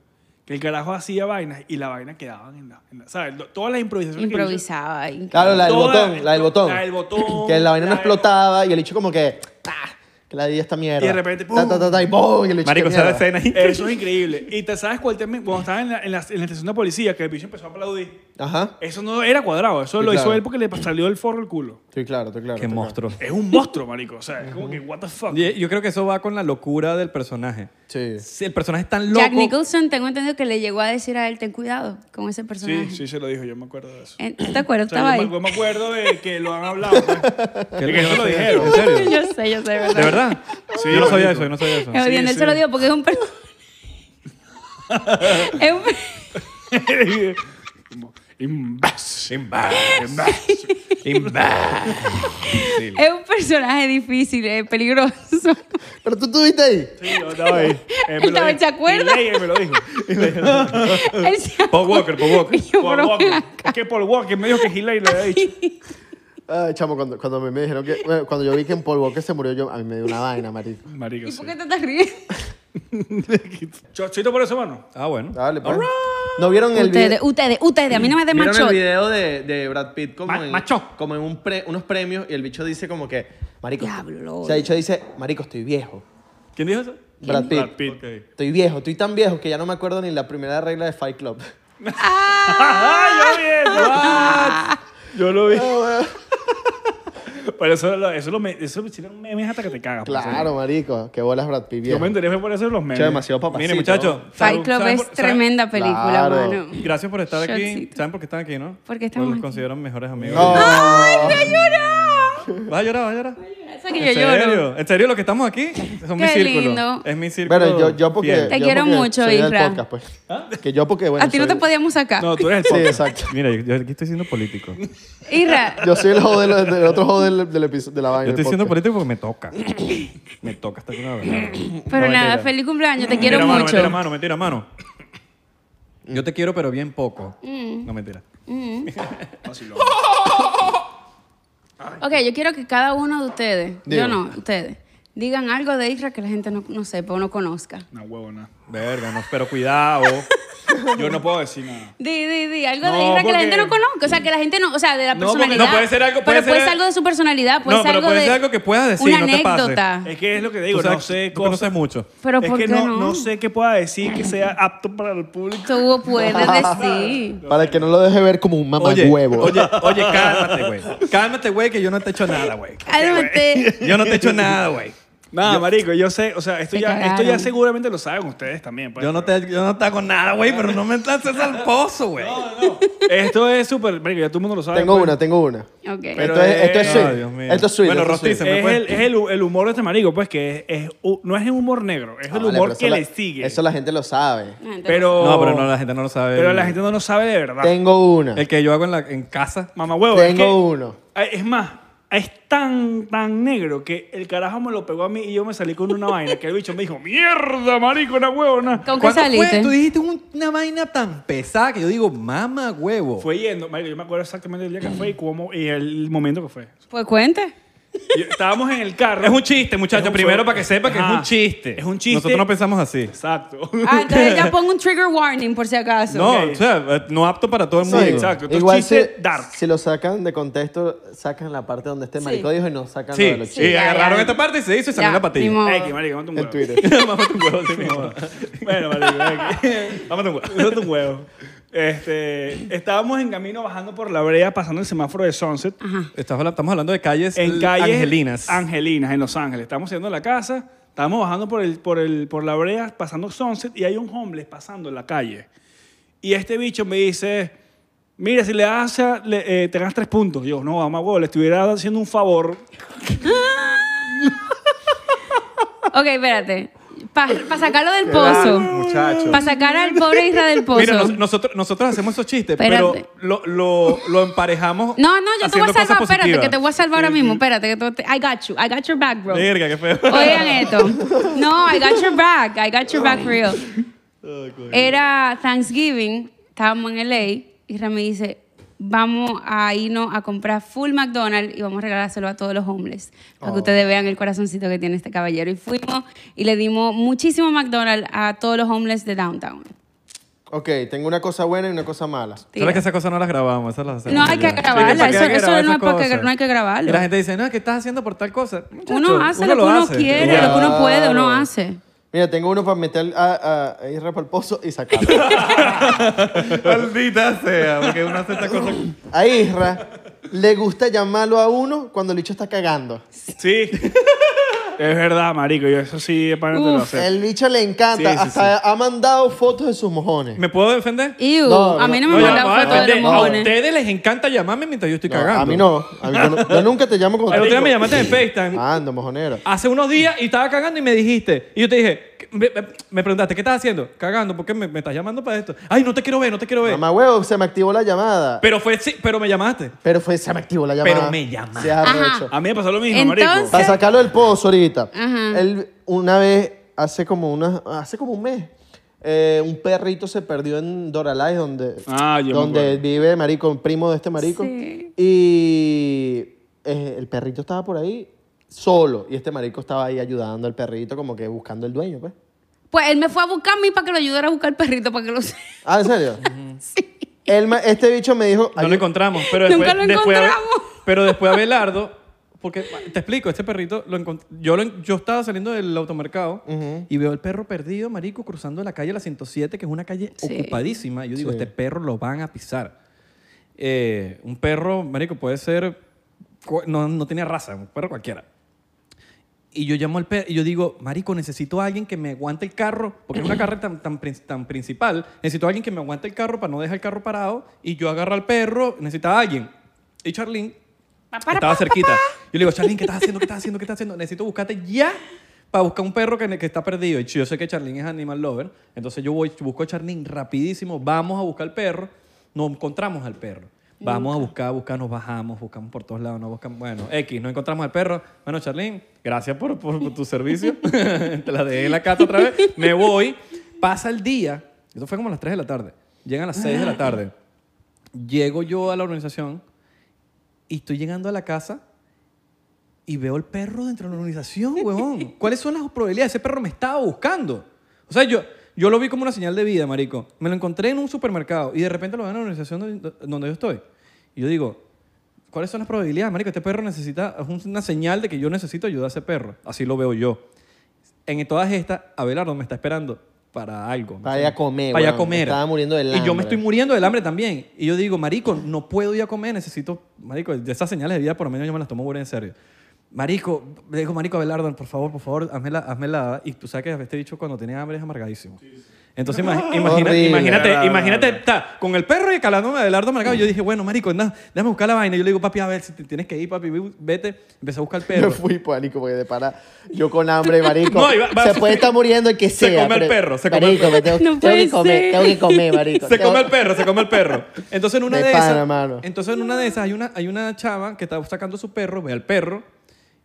Speaker 4: que el carajo hacía vainas y la vaina quedaban en la... en la- ¿Sabes? Lo- Todas las improvisaciones que hizo-
Speaker 3: Improvisaba. increíble.
Speaker 1: Claro, la del
Speaker 4: Toda-
Speaker 1: botón, la del botón.
Speaker 4: la del botón,
Speaker 1: [CLEARS THROAT] Que la vaina no
Speaker 4: la del-
Speaker 1: explotaba y el bicho como que. ¡ah! Que la di esta mierda.
Speaker 4: Y de repente, ¡pum!
Speaker 1: Ta, ta, ta, ta, y ¡pum! Y el bicho,
Speaker 2: Marico,
Speaker 1: "¿Qué
Speaker 2: esa
Speaker 1: mierda?".
Speaker 2: escena es increíble.
Speaker 4: Eso es increíble. Y te sabes cuál también, cuando estaba en la, en, la, en la estación de policía, que el bicho empezó a aplaudir.
Speaker 1: Ajá.
Speaker 4: Eso no era cuadrado, eso
Speaker 1: Sí,
Speaker 4: lo hizo
Speaker 1: claro.
Speaker 4: él porque le salió el forro el culo.
Speaker 1: Estoy claro, estoy claro.
Speaker 2: Qué
Speaker 1: estoy claro.
Speaker 2: monstruo.
Speaker 4: Es un monstruo, marico. O sea, es como que, what the fuck.
Speaker 2: Y- Yo creo que eso va con la locura del personaje.
Speaker 1: Sí.
Speaker 2: Si el personaje es tan loco.
Speaker 3: Jack Nicholson, tengo entendido que le llegó a decir a él, ten cuidado con ese personaje.
Speaker 4: Sí, sí se lo dijo, yo me acuerdo de eso.
Speaker 3: En- ¿Te acuerdas?
Speaker 4: O sea,
Speaker 3: Eh, Estaba
Speaker 4: yo,
Speaker 3: ahí.
Speaker 4: me, yo me acuerdo de que lo han hablado. pues. [LAUGHS]
Speaker 2: Que
Speaker 4: Y que eso lo dijeron.
Speaker 2: ¿En serio?
Speaker 3: [LAUGHS] yo sé, yo sé, ¿verdad?
Speaker 2: ¿De verdad?
Speaker 4: Sí,
Speaker 2: yo no sabía
Speaker 4: marico.
Speaker 2: eso, yo no sabía eso.
Speaker 3: Es odiando, él
Speaker 4: sí.
Speaker 3: se lo digo porque es un
Speaker 4: [LAUGHS]
Speaker 3: personaje. es un per-
Speaker 4: Como, imbécil.
Speaker 3: es un personaje difícil, eh,
Speaker 4: [LAUGHS]
Speaker 3: peligroso.
Speaker 1: Pero tú estuviste ahí.
Speaker 4: Sí, yo estaba ahí. Él me lo
Speaker 3: Estaba,
Speaker 4: dijo.
Speaker 3: ¿se acuerda?
Speaker 4: Y Leia me lo dijo.
Speaker 3: Él se-
Speaker 2: Paul Walker, Paul Walker.
Speaker 3: [LAUGHS] Y yo,
Speaker 4: Paul
Speaker 3: pero-
Speaker 4: Walker. Es que Paul Walker me dijo que Hillary le había dicho.
Speaker 1: Ay, chamo, cuando, cuando me, me dijeron que. bueno, cuando yo vi que en Paul Walker se murió, yo, a mí me dio una vaina, marico.
Speaker 4: Marico,
Speaker 3: ¿Y
Speaker 4: sí.
Speaker 3: por qué te estás riendo?
Speaker 4: Chochito por eso, mano.
Speaker 2: Ah, bueno.
Speaker 1: Dale, pues. ¿No vieron el video?
Speaker 3: Ustedes, ustedes, ustedes, a mí no me den
Speaker 1: ¿Vieron
Speaker 3: macho.
Speaker 1: el video de, de Brad Pitt como
Speaker 2: Ma-
Speaker 1: en,
Speaker 2: macho.
Speaker 1: Como en un pre- unos premios y el bicho dice como que, marico,
Speaker 3: Diablo.
Speaker 1: o sea, el bicho dice, marico, estoy viejo.
Speaker 2: ¿Quién dijo eso?
Speaker 1: Brad Pitt.
Speaker 4: Brad Pitt.
Speaker 1: Estoy viejo, estoy tan viejo que ya no me acuerdo ni la primera regla de Fight Club. [LAUGHS]
Speaker 4: ¡Ah, yo vi eso! Yo lo vi. Por eso, lo- eso, lo me, eso me hicieron memes hasta que te cagas. pues, por
Speaker 1: claro,
Speaker 4: eso.
Speaker 1: marico, qué bolas Brad Pitt viejo.
Speaker 4: Yo me enteré fue por eso de los memes.
Speaker 1: Che, demasiado papacito.
Speaker 2: Miren, muchachos.
Speaker 3: Fight
Speaker 2: ¿saben-
Speaker 3: Club
Speaker 2: saben
Speaker 3: es
Speaker 2: por- saben-
Speaker 3: tremenda película,
Speaker 1: Claro.
Speaker 3: mano.
Speaker 2: Gracias por estar aquí.
Speaker 3: Shotcito.
Speaker 2: ¿Saben por qué están aquí, no?
Speaker 3: ¿Por qué estamos
Speaker 2: Porque los
Speaker 3: aquí?
Speaker 2: consideran mejores amigos. [LAUGHS]
Speaker 1: No.
Speaker 2: ¿Vas a llorar? ¿Vas a llorar?
Speaker 3: Eso que
Speaker 2: ¿En
Speaker 3: yo lloro.
Speaker 2: serio? ¿En serio, los que estamos aquí son mi
Speaker 3: Qué
Speaker 2: círculo.
Speaker 3: lindo.
Speaker 2: Es mi círculo.
Speaker 1: Bueno, yo, yo porque...
Speaker 2: fiel.
Speaker 3: Te
Speaker 1: yo
Speaker 3: quiero
Speaker 1: porque
Speaker 3: mucho,
Speaker 1: soy del
Speaker 3: Isra.
Speaker 1: podcast, pues.
Speaker 2: ¿Ah?
Speaker 1: Que yo porque, bueno,
Speaker 3: A ti no
Speaker 1: soy-
Speaker 3: te podíamos sacar.
Speaker 4: No, tú eres
Speaker 1: [LAUGHS]
Speaker 4: el
Speaker 1: Sí,
Speaker 4: podcast.
Speaker 1: exacto.
Speaker 2: Mira, yo, yo aquí estoy siendo político. Yo [LAUGHS]
Speaker 3: Irra,
Speaker 1: Yo soy el joder del, del otro joder del, del episodio de la vaina.
Speaker 2: estoy
Speaker 1: del
Speaker 2: siendo
Speaker 1: podcast.
Speaker 2: político porque me toca. me toca hasta que una verdad.
Speaker 3: pero
Speaker 2: No,
Speaker 3: nada,
Speaker 2: mentira.
Speaker 3: feliz cumpleaños, te
Speaker 2: Mentira,
Speaker 3: quiero
Speaker 2: mano,
Speaker 3: mucho.
Speaker 2: Mentira, mano, mentira, mano. Yo te quiero, pero bien poco.
Speaker 3: Mm.
Speaker 2: No, mentira.
Speaker 3: Ok, yo quiero que cada uno de ustedes, yo
Speaker 1: Dígame.
Speaker 3: no, ustedes, digan algo de Isra que la gente no, no sepa o no conozca.
Speaker 4: No, huevo, nada.
Speaker 2: Verga, no, pero cuidado.
Speaker 4: Yo no puedo decir nada.
Speaker 3: Di, di, di, algo de
Speaker 4: No,
Speaker 3: Isra que la
Speaker 4: porque-
Speaker 3: gente no conozca, o sea, que la gente no, o sea, de la
Speaker 4: No, porque-
Speaker 3: personalidad.
Speaker 2: no, puede ser algo- puede
Speaker 3: pero puede
Speaker 2: ser-
Speaker 3: ser algo de su personalidad, puede
Speaker 2: No,
Speaker 3: ser
Speaker 2: pero
Speaker 3: algo
Speaker 2: puede
Speaker 3: de
Speaker 2: ser algo que puedas decir,
Speaker 3: una
Speaker 2: no te Eh, pases.
Speaker 3: anécdota.
Speaker 4: Es que es lo que digo,
Speaker 2: Tú sabes
Speaker 4: no sé
Speaker 2: que tú
Speaker 4: cosas.
Speaker 2: conoces mucho.
Speaker 3: Ah. Pero
Speaker 4: es
Speaker 3: ¿por
Speaker 4: que
Speaker 3: qué
Speaker 4: no,
Speaker 3: no?
Speaker 4: sé qué pueda decir que sea apto para el público.
Speaker 3: Tú
Speaker 2: [LAUGHS]
Speaker 3: puedes decir.
Speaker 1: Para que no lo deje ver como un
Speaker 2: Oye,
Speaker 1: mamagüevo.
Speaker 2: oye, oye, cálmate, güey. Cálmate, güey, que yo no te he hecho nada, güey.
Speaker 3: Cálmate.
Speaker 2: Yo no te he hecho nada, güey.
Speaker 4: Nada, marico, yo sé, o sea, esto
Speaker 3: Te
Speaker 4: ya, esto ya
Speaker 3: cagaron.
Speaker 4: seguramente lo saben ustedes también. pues,
Speaker 2: Yo no te, yo no te hago nada, güey, pero no me lances al pozo, güey.
Speaker 4: pero- Esto es súper, marico, ya todo el mundo lo sabe.
Speaker 1: Tengo
Speaker 4: pues.
Speaker 1: una, tengo una.
Speaker 3: Ok.
Speaker 4: Pero
Speaker 1: Esto es,
Speaker 4: es-
Speaker 1: esto es
Speaker 2: Ay,
Speaker 1: swing.
Speaker 2: Dios mío.
Speaker 1: esto es swing.
Speaker 2: Bueno, pues.
Speaker 1: esto es swing.
Speaker 2: rostiza. Se me
Speaker 4: Es,
Speaker 2: fue.
Speaker 4: el, es el, el humor de este marico, pues, que es, es hu- no es el humor negro, es
Speaker 1: Ah,
Speaker 4: el
Speaker 1: vale,
Speaker 4: humor
Speaker 1: pero eso
Speaker 4: que
Speaker 1: la-
Speaker 4: le sigue.
Speaker 1: Eso la gente lo sabe.
Speaker 4: pero,
Speaker 2: No, pero no, la gente no lo sabe.
Speaker 4: pero la gente no lo sabe de verdad.
Speaker 1: Tengo una.
Speaker 2: El que yo hago en, la, en casa.
Speaker 4: Mamá huevo. es
Speaker 1: Tengo
Speaker 4: que-
Speaker 1: uno.
Speaker 4: Ay, Es más, es tan, tan negro que el carajo me lo pegó a mí y yo me salí con una vaina que el bicho me dijo, mierda, marico, una huevona.
Speaker 3: ¿Con qué
Speaker 2: ¿Cuándo
Speaker 3: saliste?
Speaker 2: fue? Tú dijiste un- una vaina tan pesada que yo digo, mamá huevo.
Speaker 4: Fue yendo, marico, yo me acuerdo exactamente el día que fue y, cómo, y el momento que fue.
Speaker 3: Pues cuente.
Speaker 4: Yo- estábamos en el carro.
Speaker 2: Es un chiste, muchachos.
Speaker 4: Es un
Speaker 2: Primero
Speaker 4: show.
Speaker 2: para que sepa que es
Speaker 4: Ajá.
Speaker 2: un chiste.
Speaker 4: Es un chiste.
Speaker 2: Nosotros no pensamos así.
Speaker 4: Exacto.
Speaker 3: Ah, entonces
Speaker 4: [LAUGHS]
Speaker 2: [LAUGHS]
Speaker 3: ya pongo un trigger warning por si acaso.
Speaker 2: No, o sea, eh, no apto para todo el mundo.
Speaker 4: exacto. Esto es
Speaker 1: Igual si,
Speaker 4: chiste dark.
Speaker 1: si lo sacan de contexto, sacan la parte donde este marico dijo y no sacan lo
Speaker 2: Sí,
Speaker 1: de los
Speaker 2: sí,
Speaker 1: chistes.
Speaker 3: ya,
Speaker 2: agarraron
Speaker 3: ya.
Speaker 2: esta parte y se hizo y salió
Speaker 3: Ya,
Speaker 2: la [LAUGHS]
Speaker 3: ni
Speaker 2: patilla.
Speaker 3: modo.
Speaker 4: Ay, que marico, mámate un huevo.
Speaker 1: En
Speaker 4: [LAUGHS]
Speaker 1: Twitter.
Speaker 2: Mámate un huevo, sí mismo.
Speaker 4: Bueno, marico, ay, que-
Speaker 2: Mámate un huevo.
Speaker 4: mámate un huevo. Este, estábamos en camino bajando por la brea, pasando el semáforo de Sunset.
Speaker 2: Estás habla- Estamos hablando de calles
Speaker 4: en
Speaker 2: l-
Speaker 4: calles
Speaker 2: angelinas.
Speaker 4: Angelinas, en Los Ángeles. Estamos yendo a la casa, estamos bajando por, el, por, el, por la brea, pasando Sunset, y hay un homeless pasando en la calle. Y este bicho me dice, mira, si le das, a- le- eh, te ganas tres puntos. Y yo, no, mamá, huevo, le estuviera haciendo
Speaker 2: [LAUGHS]
Speaker 4: un favor.
Speaker 3: Ok, espérate. Para sacarlo del
Speaker 1: Claro,
Speaker 3: pozo.
Speaker 1: muchacho.
Speaker 3: Para sacar al pobre Isra del pozo.
Speaker 2: Mira, nos- nosotros, nosotros hacemos esos chistes,
Speaker 3: Espérate.
Speaker 2: pero lo, lo, lo emparejamos.
Speaker 3: no, no, yo te voy
Speaker 2: haciendo
Speaker 3: a
Speaker 2: cosas
Speaker 3: salvar. Espérate,
Speaker 2: positivas.
Speaker 3: que te voy a salvar ahora mismo. Espérate, que te- I got you. I got your back, bro.
Speaker 2: Verga, qué feo. [LAUGHS]
Speaker 3: Oigan esto. No, I got your back. I got your back real. Era Thanksgiving, estábamos en LA y Rami dice, vamos a irnos a comprar full McDonald's y vamos a regalárselo a todos los homeless para que ustedes vean el corazoncito que tiene este caballero. Y fuimos y le dimos muchísimo McDonald's a todos los homeless de downtown.
Speaker 1: Ok, tengo una cosa buena y una cosa mala.
Speaker 2: Sabes que esas cosas no las grabamos, esas las hacemos
Speaker 3: No hay que
Speaker 2: ya.
Speaker 3: grabarlas,
Speaker 2: Sí, ¿para qué
Speaker 3: eso-
Speaker 2: hay que
Speaker 3: eso
Speaker 2: grabar
Speaker 3: no
Speaker 2: esas
Speaker 3: es para que-
Speaker 2: cosas?
Speaker 3: no hay que grabarlo.
Speaker 2: Y la gente dice, no, ¿qué estás haciendo por tal cosa?
Speaker 3: Uno
Speaker 2: Muchacho,
Speaker 3: hace lo que uno
Speaker 2: hace.
Speaker 3: quiere,
Speaker 1: Claro.
Speaker 3: lo que uno puede, uno hace.
Speaker 1: Mira, tengo uno para meter a, a, a Isra pa'l pozo y sacarlo.
Speaker 4: [LAUGHS]
Speaker 2: Maldita sea, porque uno hace estas cosas.
Speaker 1: A Isra le gusta llamarlo a uno cuando el bicho está cagando.
Speaker 4: Sí. Es verdad, marico. Yo eso sí, de pana te lo
Speaker 3: Uf,
Speaker 4: acepto.
Speaker 1: El bicho le encanta.
Speaker 4: Sí, sí,
Speaker 1: Hasta ha mandado fotos de sus mojones.
Speaker 2: ¿Me puedo defender?
Speaker 3: Iu,
Speaker 1: No,
Speaker 3: a mí no
Speaker 1: no,
Speaker 3: me
Speaker 1: no,
Speaker 2: ya
Speaker 3: mandan
Speaker 2: me voy a
Speaker 3: fotos de los
Speaker 2: defender. a
Speaker 3: mojones.
Speaker 2: ustedes les encanta llamarme mientras yo estoy
Speaker 1: No,
Speaker 2: cagando.
Speaker 1: a mí no. A mí yo, no- yo nunca te llamo
Speaker 2: El
Speaker 1: cuando
Speaker 2: otro día me llamaste en FaceTime. Ah,
Speaker 1: Ando, mojonero.
Speaker 2: Hace unos días y estaba cagando y me dijiste. Y yo te dije, ¿qué- me, me- me preguntaste, ¿qué estás haciendo? Cagando, ¿por qué me, me estás llamando para esto? Ay, no te quiero ver, no te quiero ver.
Speaker 1: Mamá huevo, se me activó la llamada.
Speaker 2: Pero fue, sí, pero me llamaste.
Speaker 1: Pero fue, se me activó la llamada.
Speaker 2: Pero me Ah, pues. llamaste.
Speaker 1: Se ha arrecho.
Speaker 4: A mí me pasó lo mismo,
Speaker 3: Entonces-
Speaker 4: marico.
Speaker 1: Para sacarlo del pozo ahorita.
Speaker 3: Ajá.
Speaker 1: Él una vez, hace como una, hace como un mes, eh, un perrito se perdió en Doralay, donde,
Speaker 4: Ah, yo me
Speaker 1: donde
Speaker 4: acuerdo.
Speaker 1: vive marico, un primo de este marico.
Speaker 3: Sí.
Speaker 1: Y eh, el perrito estaba por ahí solo. Y este marico estaba ahí ayudando al perrito, como que buscando el dueño, pues.
Speaker 3: Pues él me fue a buscar a mí para que lo ayudara a buscar el perrito, para que lo... [LAUGHS]
Speaker 1: Ah, ¿en serio? [LAUGHS] Él me- este bicho me dijo...
Speaker 2: No lo
Speaker 1: "Ayu-
Speaker 2: encontramos. Pero
Speaker 3: Nunca
Speaker 2: después,
Speaker 3: lo
Speaker 2: después a Be-
Speaker 3: encontramos.
Speaker 2: pero después a Belardo, porque te explico, este perrito, lo encont- yo, lo en- yo estaba saliendo del automercado y veo el perro perdido, marico, cruzando la calle, la 107, que es una calle
Speaker 3: Sí.
Speaker 2: ocupadísima. Y yo digo,
Speaker 1: Sí.
Speaker 2: este perro lo van a pisar. Eh, un perro, marico, puede ser, cu- no, no tenía raza, un perro cualquiera. Y yo llamo al perro y yo digo, marico, necesito a alguien que me aguante el carro, porque es una carrera tan, tan, prin- tan principal, necesito a alguien que me aguante el carro para no dejar el carro parado, y yo agarro al perro, necesitaba a alguien. Y Charlene
Speaker 3: Pa, para,
Speaker 2: estaba
Speaker 3: pa,
Speaker 2: cerquita. Yo le digo, Charlene, ¿qué estás haciendo? ¿Qué estás haciendo? ¿Qué estás haciendo? Necesito buscarte ya para buscar un perro que, ne- que está perdido. Y yo sé que Charlene es animal lover, entonces yo voy, busco a Charlene rapidísimo, vamos a buscar al perro, no encontramos al perro. Vamos a buscar, a buscar, nos bajamos, buscamos por todos lados, nos buscamos, bueno, X, no encontramos al perro. Bueno, Charlene, gracias por, por- por tu servicio. [LAUGHS] Te la dejé en la casa otra vez. Me voy. Pasa el día. Esto fue como a las 3 de la tarde. Llegan a las 6 de la tarde. Llego yo a la organización y estoy llegando a la casa y veo el perro dentro de la organización, huevón.
Speaker 1: [LAUGHS]
Speaker 2: ¿Cuáles son las probabilidades? Ese perro me estaba buscando. O sea, yo, yo lo vi como una señal de vida, marico. Me lo encontré en un supermercado y de repente lo veo en la organización donde, donde yo estoy. Y yo digo, ¿cuáles son las probabilidades, marico? Este perro necesita, es una señal de que yo necesito ayudar a ese perro. Así lo veo yo. En todas estas, Abelardo me está esperando para algo.
Speaker 1: Para ir a comer,
Speaker 2: Para ir a
Speaker 1: huevón.
Speaker 2: comer.
Speaker 1: Estaba muriendo del
Speaker 2: Y yo me
Speaker 1: hambre.
Speaker 2: estoy muriendo del hambre también. Y yo digo, marico, no puedo ir a comer, necesito, marico, de esas señales de vida por lo menos yo me las tomo muy en serio. Marico, le digo, marico, Abelardo, por favor, por favor, hazme la, hazme la- Y tú sabes que este dicho cuando tiene hambre es amargadísimo. Entonces
Speaker 1: [LAUGHS]
Speaker 2: imagi- imagina-
Speaker 1: Horrible.
Speaker 2: imagínate,
Speaker 4: Verdad,
Speaker 2: imagínate,
Speaker 4: verdad.
Speaker 2: está con el perro y calándome a Abelardo amargado. Yo dije, bueno, marico, anda, déjame buscar la vaina. Y yo le digo, papi, a ver, si te tienes que ir, papi, vete. Empecé a buscar el [LAUGHS] perro.
Speaker 1: Me fui, pánico, porque de para yo con hambre, marico.
Speaker 2: [LAUGHS] No, y va- va-
Speaker 1: se puede estar muriendo el que
Speaker 2: Se
Speaker 1: sea.
Speaker 2: come al
Speaker 1: pero-
Speaker 2: perro, se come al
Speaker 1: marico,
Speaker 2: perro.
Speaker 1: me tengo, tengo
Speaker 3: No puede
Speaker 1: que comer,
Speaker 3: ser.
Speaker 1: tengo que comer, [LAUGHS] marico.
Speaker 2: Se
Speaker 1: Tengo-
Speaker 2: come el perro, se come el perro. Entonces en una
Speaker 1: De
Speaker 2: de,
Speaker 1: pana,
Speaker 2: esas,
Speaker 1: mano.
Speaker 2: entonces en una de esas hay una hay una chava que está sacando su perro, ve al perro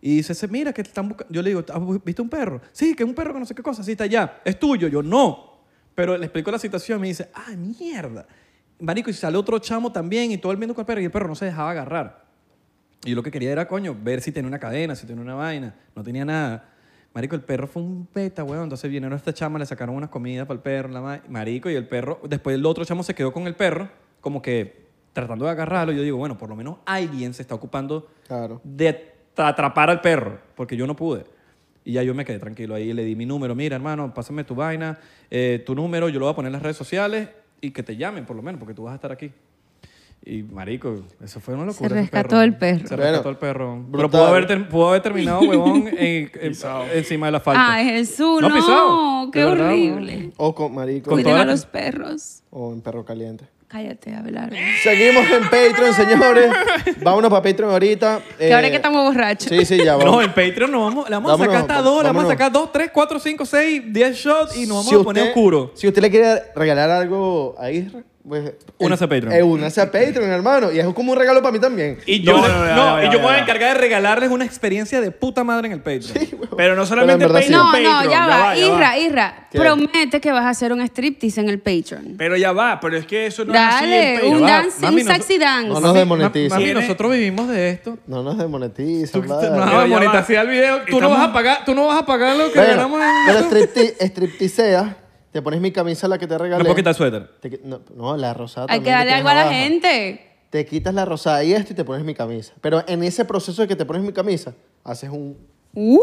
Speaker 2: y dice, "Se- "Mira que están buscando." Yo le digo, "¿Has bu- ¿viste un perro?" "Sí, que es un perro que no sé qué cosa, sí está allá. Es tuyo." Yo, "No." Pero le explico la situación y me dice, "Ah, mierda." Marico, y sale otro chamo también y todo el mundo con el perro y el perro no se dejaba agarrar. Y yo lo que quería era, coño, ver si tenía una cadena, si tenía una vaina. No tenía nada. Marico, el perro fue un beta, weón. Entonces vinieron esta chama, le sacaron unas comidas para el perro, la ma- marico, y el perro... Después el otro chamo se quedó con el perro, como que tratando de agarrarlo. Yo digo, bueno, por lo menos alguien se está ocupando
Speaker 1: Claro.
Speaker 2: de tra- atrapar al perro, porque yo no pude. Y ya yo me quedé tranquilo ahí, le di mi número, mira hermano, pásame tu vaina, eh, tu número, yo lo voy a poner en las redes sociales y que te llamen por lo menos, porque tú vas a estar aquí. Y marico, eso fue una locura. ese
Speaker 3: rescató
Speaker 2: perro.
Speaker 3: el perro.
Speaker 2: Se
Speaker 1: Bueno,
Speaker 2: rescató el perro.
Speaker 1: brutal.
Speaker 2: Pero pudo haber, ter- pudo haber
Speaker 3: [LAUGHS]
Speaker 2: terminado, huevón, en- en- encima de la falta.
Speaker 3: Ay, Jesús, no,
Speaker 2: No, pisado,
Speaker 3: qué
Speaker 2: de verdad,
Speaker 3: horrible.
Speaker 1: O con marico.
Speaker 2: Con
Speaker 3: Cuiden
Speaker 2: toda
Speaker 3: a
Speaker 2: la-
Speaker 3: los perros.
Speaker 1: O en perro caliente.
Speaker 3: Cállate, Abelardo.
Speaker 1: Seguimos en Patreon, señores. Vámonos para Patreon ahorita. Eh,
Speaker 3: Que ahora que estamos borrachos.
Speaker 1: Sí, sí, ya
Speaker 2: No,
Speaker 1: vamos.
Speaker 2: en Patreon nos vamos, le vamos a
Speaker 1: Vámonos,
Speaker 2: sacar hasta dos, le vamos a
Speaker 1: vámonos.
Speaker 2: sacar dos, tres, cuatro, cinco, seis, diez shots y nos vamos a poner
Speaker 1: usted,
Speaker 2: oscuro.
Speaker 1: Si usted le quiere regalar algo a Isra, pues.
Speaker 2: Únase
Speaker 1: eh,
Speaker 2: a Patreon.
Speaker 1: eh, únase a Patreon, hermano. Y es como un regalo para mí también.
Speaker 2: Y yo, no,
Speaker 4: No, no, no, no,
Speaker 2: y
Speaker 4: no,
Speaker 2: yo me
Speaker 4: no,
Speaker 2: voy a
Speaker 4: no.
Speaker 2: encargar de regalarles una experiencia de puta madre en el Patreon.
Speaker 4: Pero no solamente
Speaker 1: verdad sí.
Speaker 4: Patreon,
Speaker 3: No, no,
Speaker 4: Patreon,
Speaker 3: ya va.
Speaker 4: ya
Speaker 3: Isra, Isra,
Speaker 1: ¿Qué?
Speaker 3: promete que vas a hacer un striptease en el Patreon.
Speaker 4: Pero ya va, pero es que eso no es
Speaker 3: Dale,
Speaker 4: así en
Speaker 3: un
Speaker 4: Patreon.
Speaker 2: Ya va,
Speaker 3: dance,
Speaker 2: mami,
Speaker 3: un
Speaker 2: no-
Speaker 3: sexy dance.
Speaker 1: No nos demonetiza.
Speaker 2: Mami,
Speaker 4: Tiene-
Speaker 2: nosotros vivimos de esto.
Speaker 1: No nos demonetiza.
Speaker 2: Tú,
Speaker 1: madre.
Speaker 2: no vas
Speaker 4: ya
Speaker 2: a
Speaker 4: va.
Speaker 2: monetizar el video. Tú no
Speaker 4: Estamos-
Speaker 2: vas a pagar, tú no vas a pagar lo que
Speaker 1: Bueno,
Speaker 2: ganamos en-
Speaker 1: pero stripti- stripticeas, te pones mi camisa la que te regalé.
Speaker 2: Me puedo quitar el suéter.
Speaker 1: Te qui- no, no, la rosada.
Speaker 3: Hay
Speaker 1: también
Speaker 3: que darle
Speaker 1: tienes
Speaker 3: algo a la
Speaker 1: abajo.
Speaker 3: gente.
Speaker 1: Te quitas la rosada y esto y te pones mi camisa. Pero en ese proceso de que te pones mi camisa, haces un,
Speaker 3: ¡Whoop!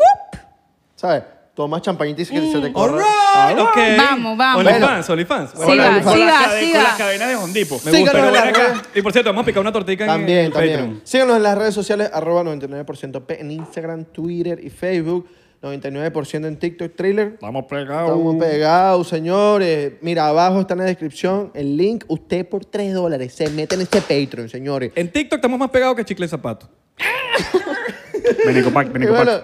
Speaker 1: ¿sabes? Tomas champañita y se,
Speaker 3: Mm.
Speaker 1: se te corre. Ah,
Speaker 2: All right. Okay.
Speaker 3: Vamos, vamos.
Speaker 2: OnlyFans, OnlyFans.
Speaker 3: Sí
Speaker 4: Con
Speaker 1: Hola,
Speaker 4: la-
Speaker 3: va,
Speaker 1: Isra.
Speaker 4: con
Speaker 3: sí
Speaker 4: la
Speaker 3: va,
Speaker 4: cade-
Speaker 3: sí
Speaker 4: Con las
Speaker 3: va.
Speaker 4: cadenas de Hondipo.
Speaker 2: Me gusta.
Speaker 1: Síganos en
Speaker 2: ven
Speaker 1: las
Speaker 2: acá.
Speaker 1: redes.
Speaker 2: Y por cierto, vamos a picar una tortica en- en
Speaker 1: También,
Speaker 2: el
Speaker 1: también.
Speaker 2: Patreon.
Speaker 1: Síganos en las redes sociales, arroba 99% P en Instagram, Twitter y Facebook. 99% en TikTok Thriller.
Speaker 6: Estamos pegados.
Speaker 1: Estamos pegados, señores. Mira, abajo está en la descripción el link. Usted por 3 dólares se mete en este Patreon, señores.
Speaker 2: En TikTok estamos más pegados que chicle de zapato.
Speaker 6: Venico Pac,
Speaker 1: Y,
Speaker 6: Venico Pac.
Speaker 1: bueno,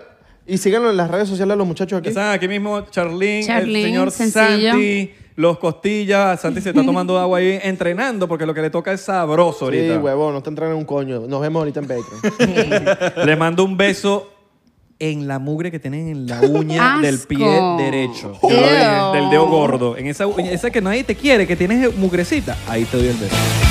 Speaker 1: y síganlo en las redes sociales los muchachos aquí.
Speaker 2: Están aquí mismo Charlene,
Speaker 3: Charlene,
Speaker 2: el señor
Speaker 3: sencillo.
Speaker 2: Santi, los costillas. Santi se está tomando agua ahí, entrenando, porque lo que le toca es sabroso
Speaker 1: Sí,
Speaker 2: ahorita.
Speaker 1: huevón, no te entrenan un coño. Nos vemos ahorita en Patreon.
Speaker 2: [LAUGHS] Le mando un beso en la mugre que tienen en la uña
Speaker 3: Asco.
Speaker 2: del pie derecho.
Speaker 3: Ew.
Speaker 2: Del dedo gordo. En esa, uña- esa que nadie te quiere, que tienes mugrecita. Ahí te doy el beso.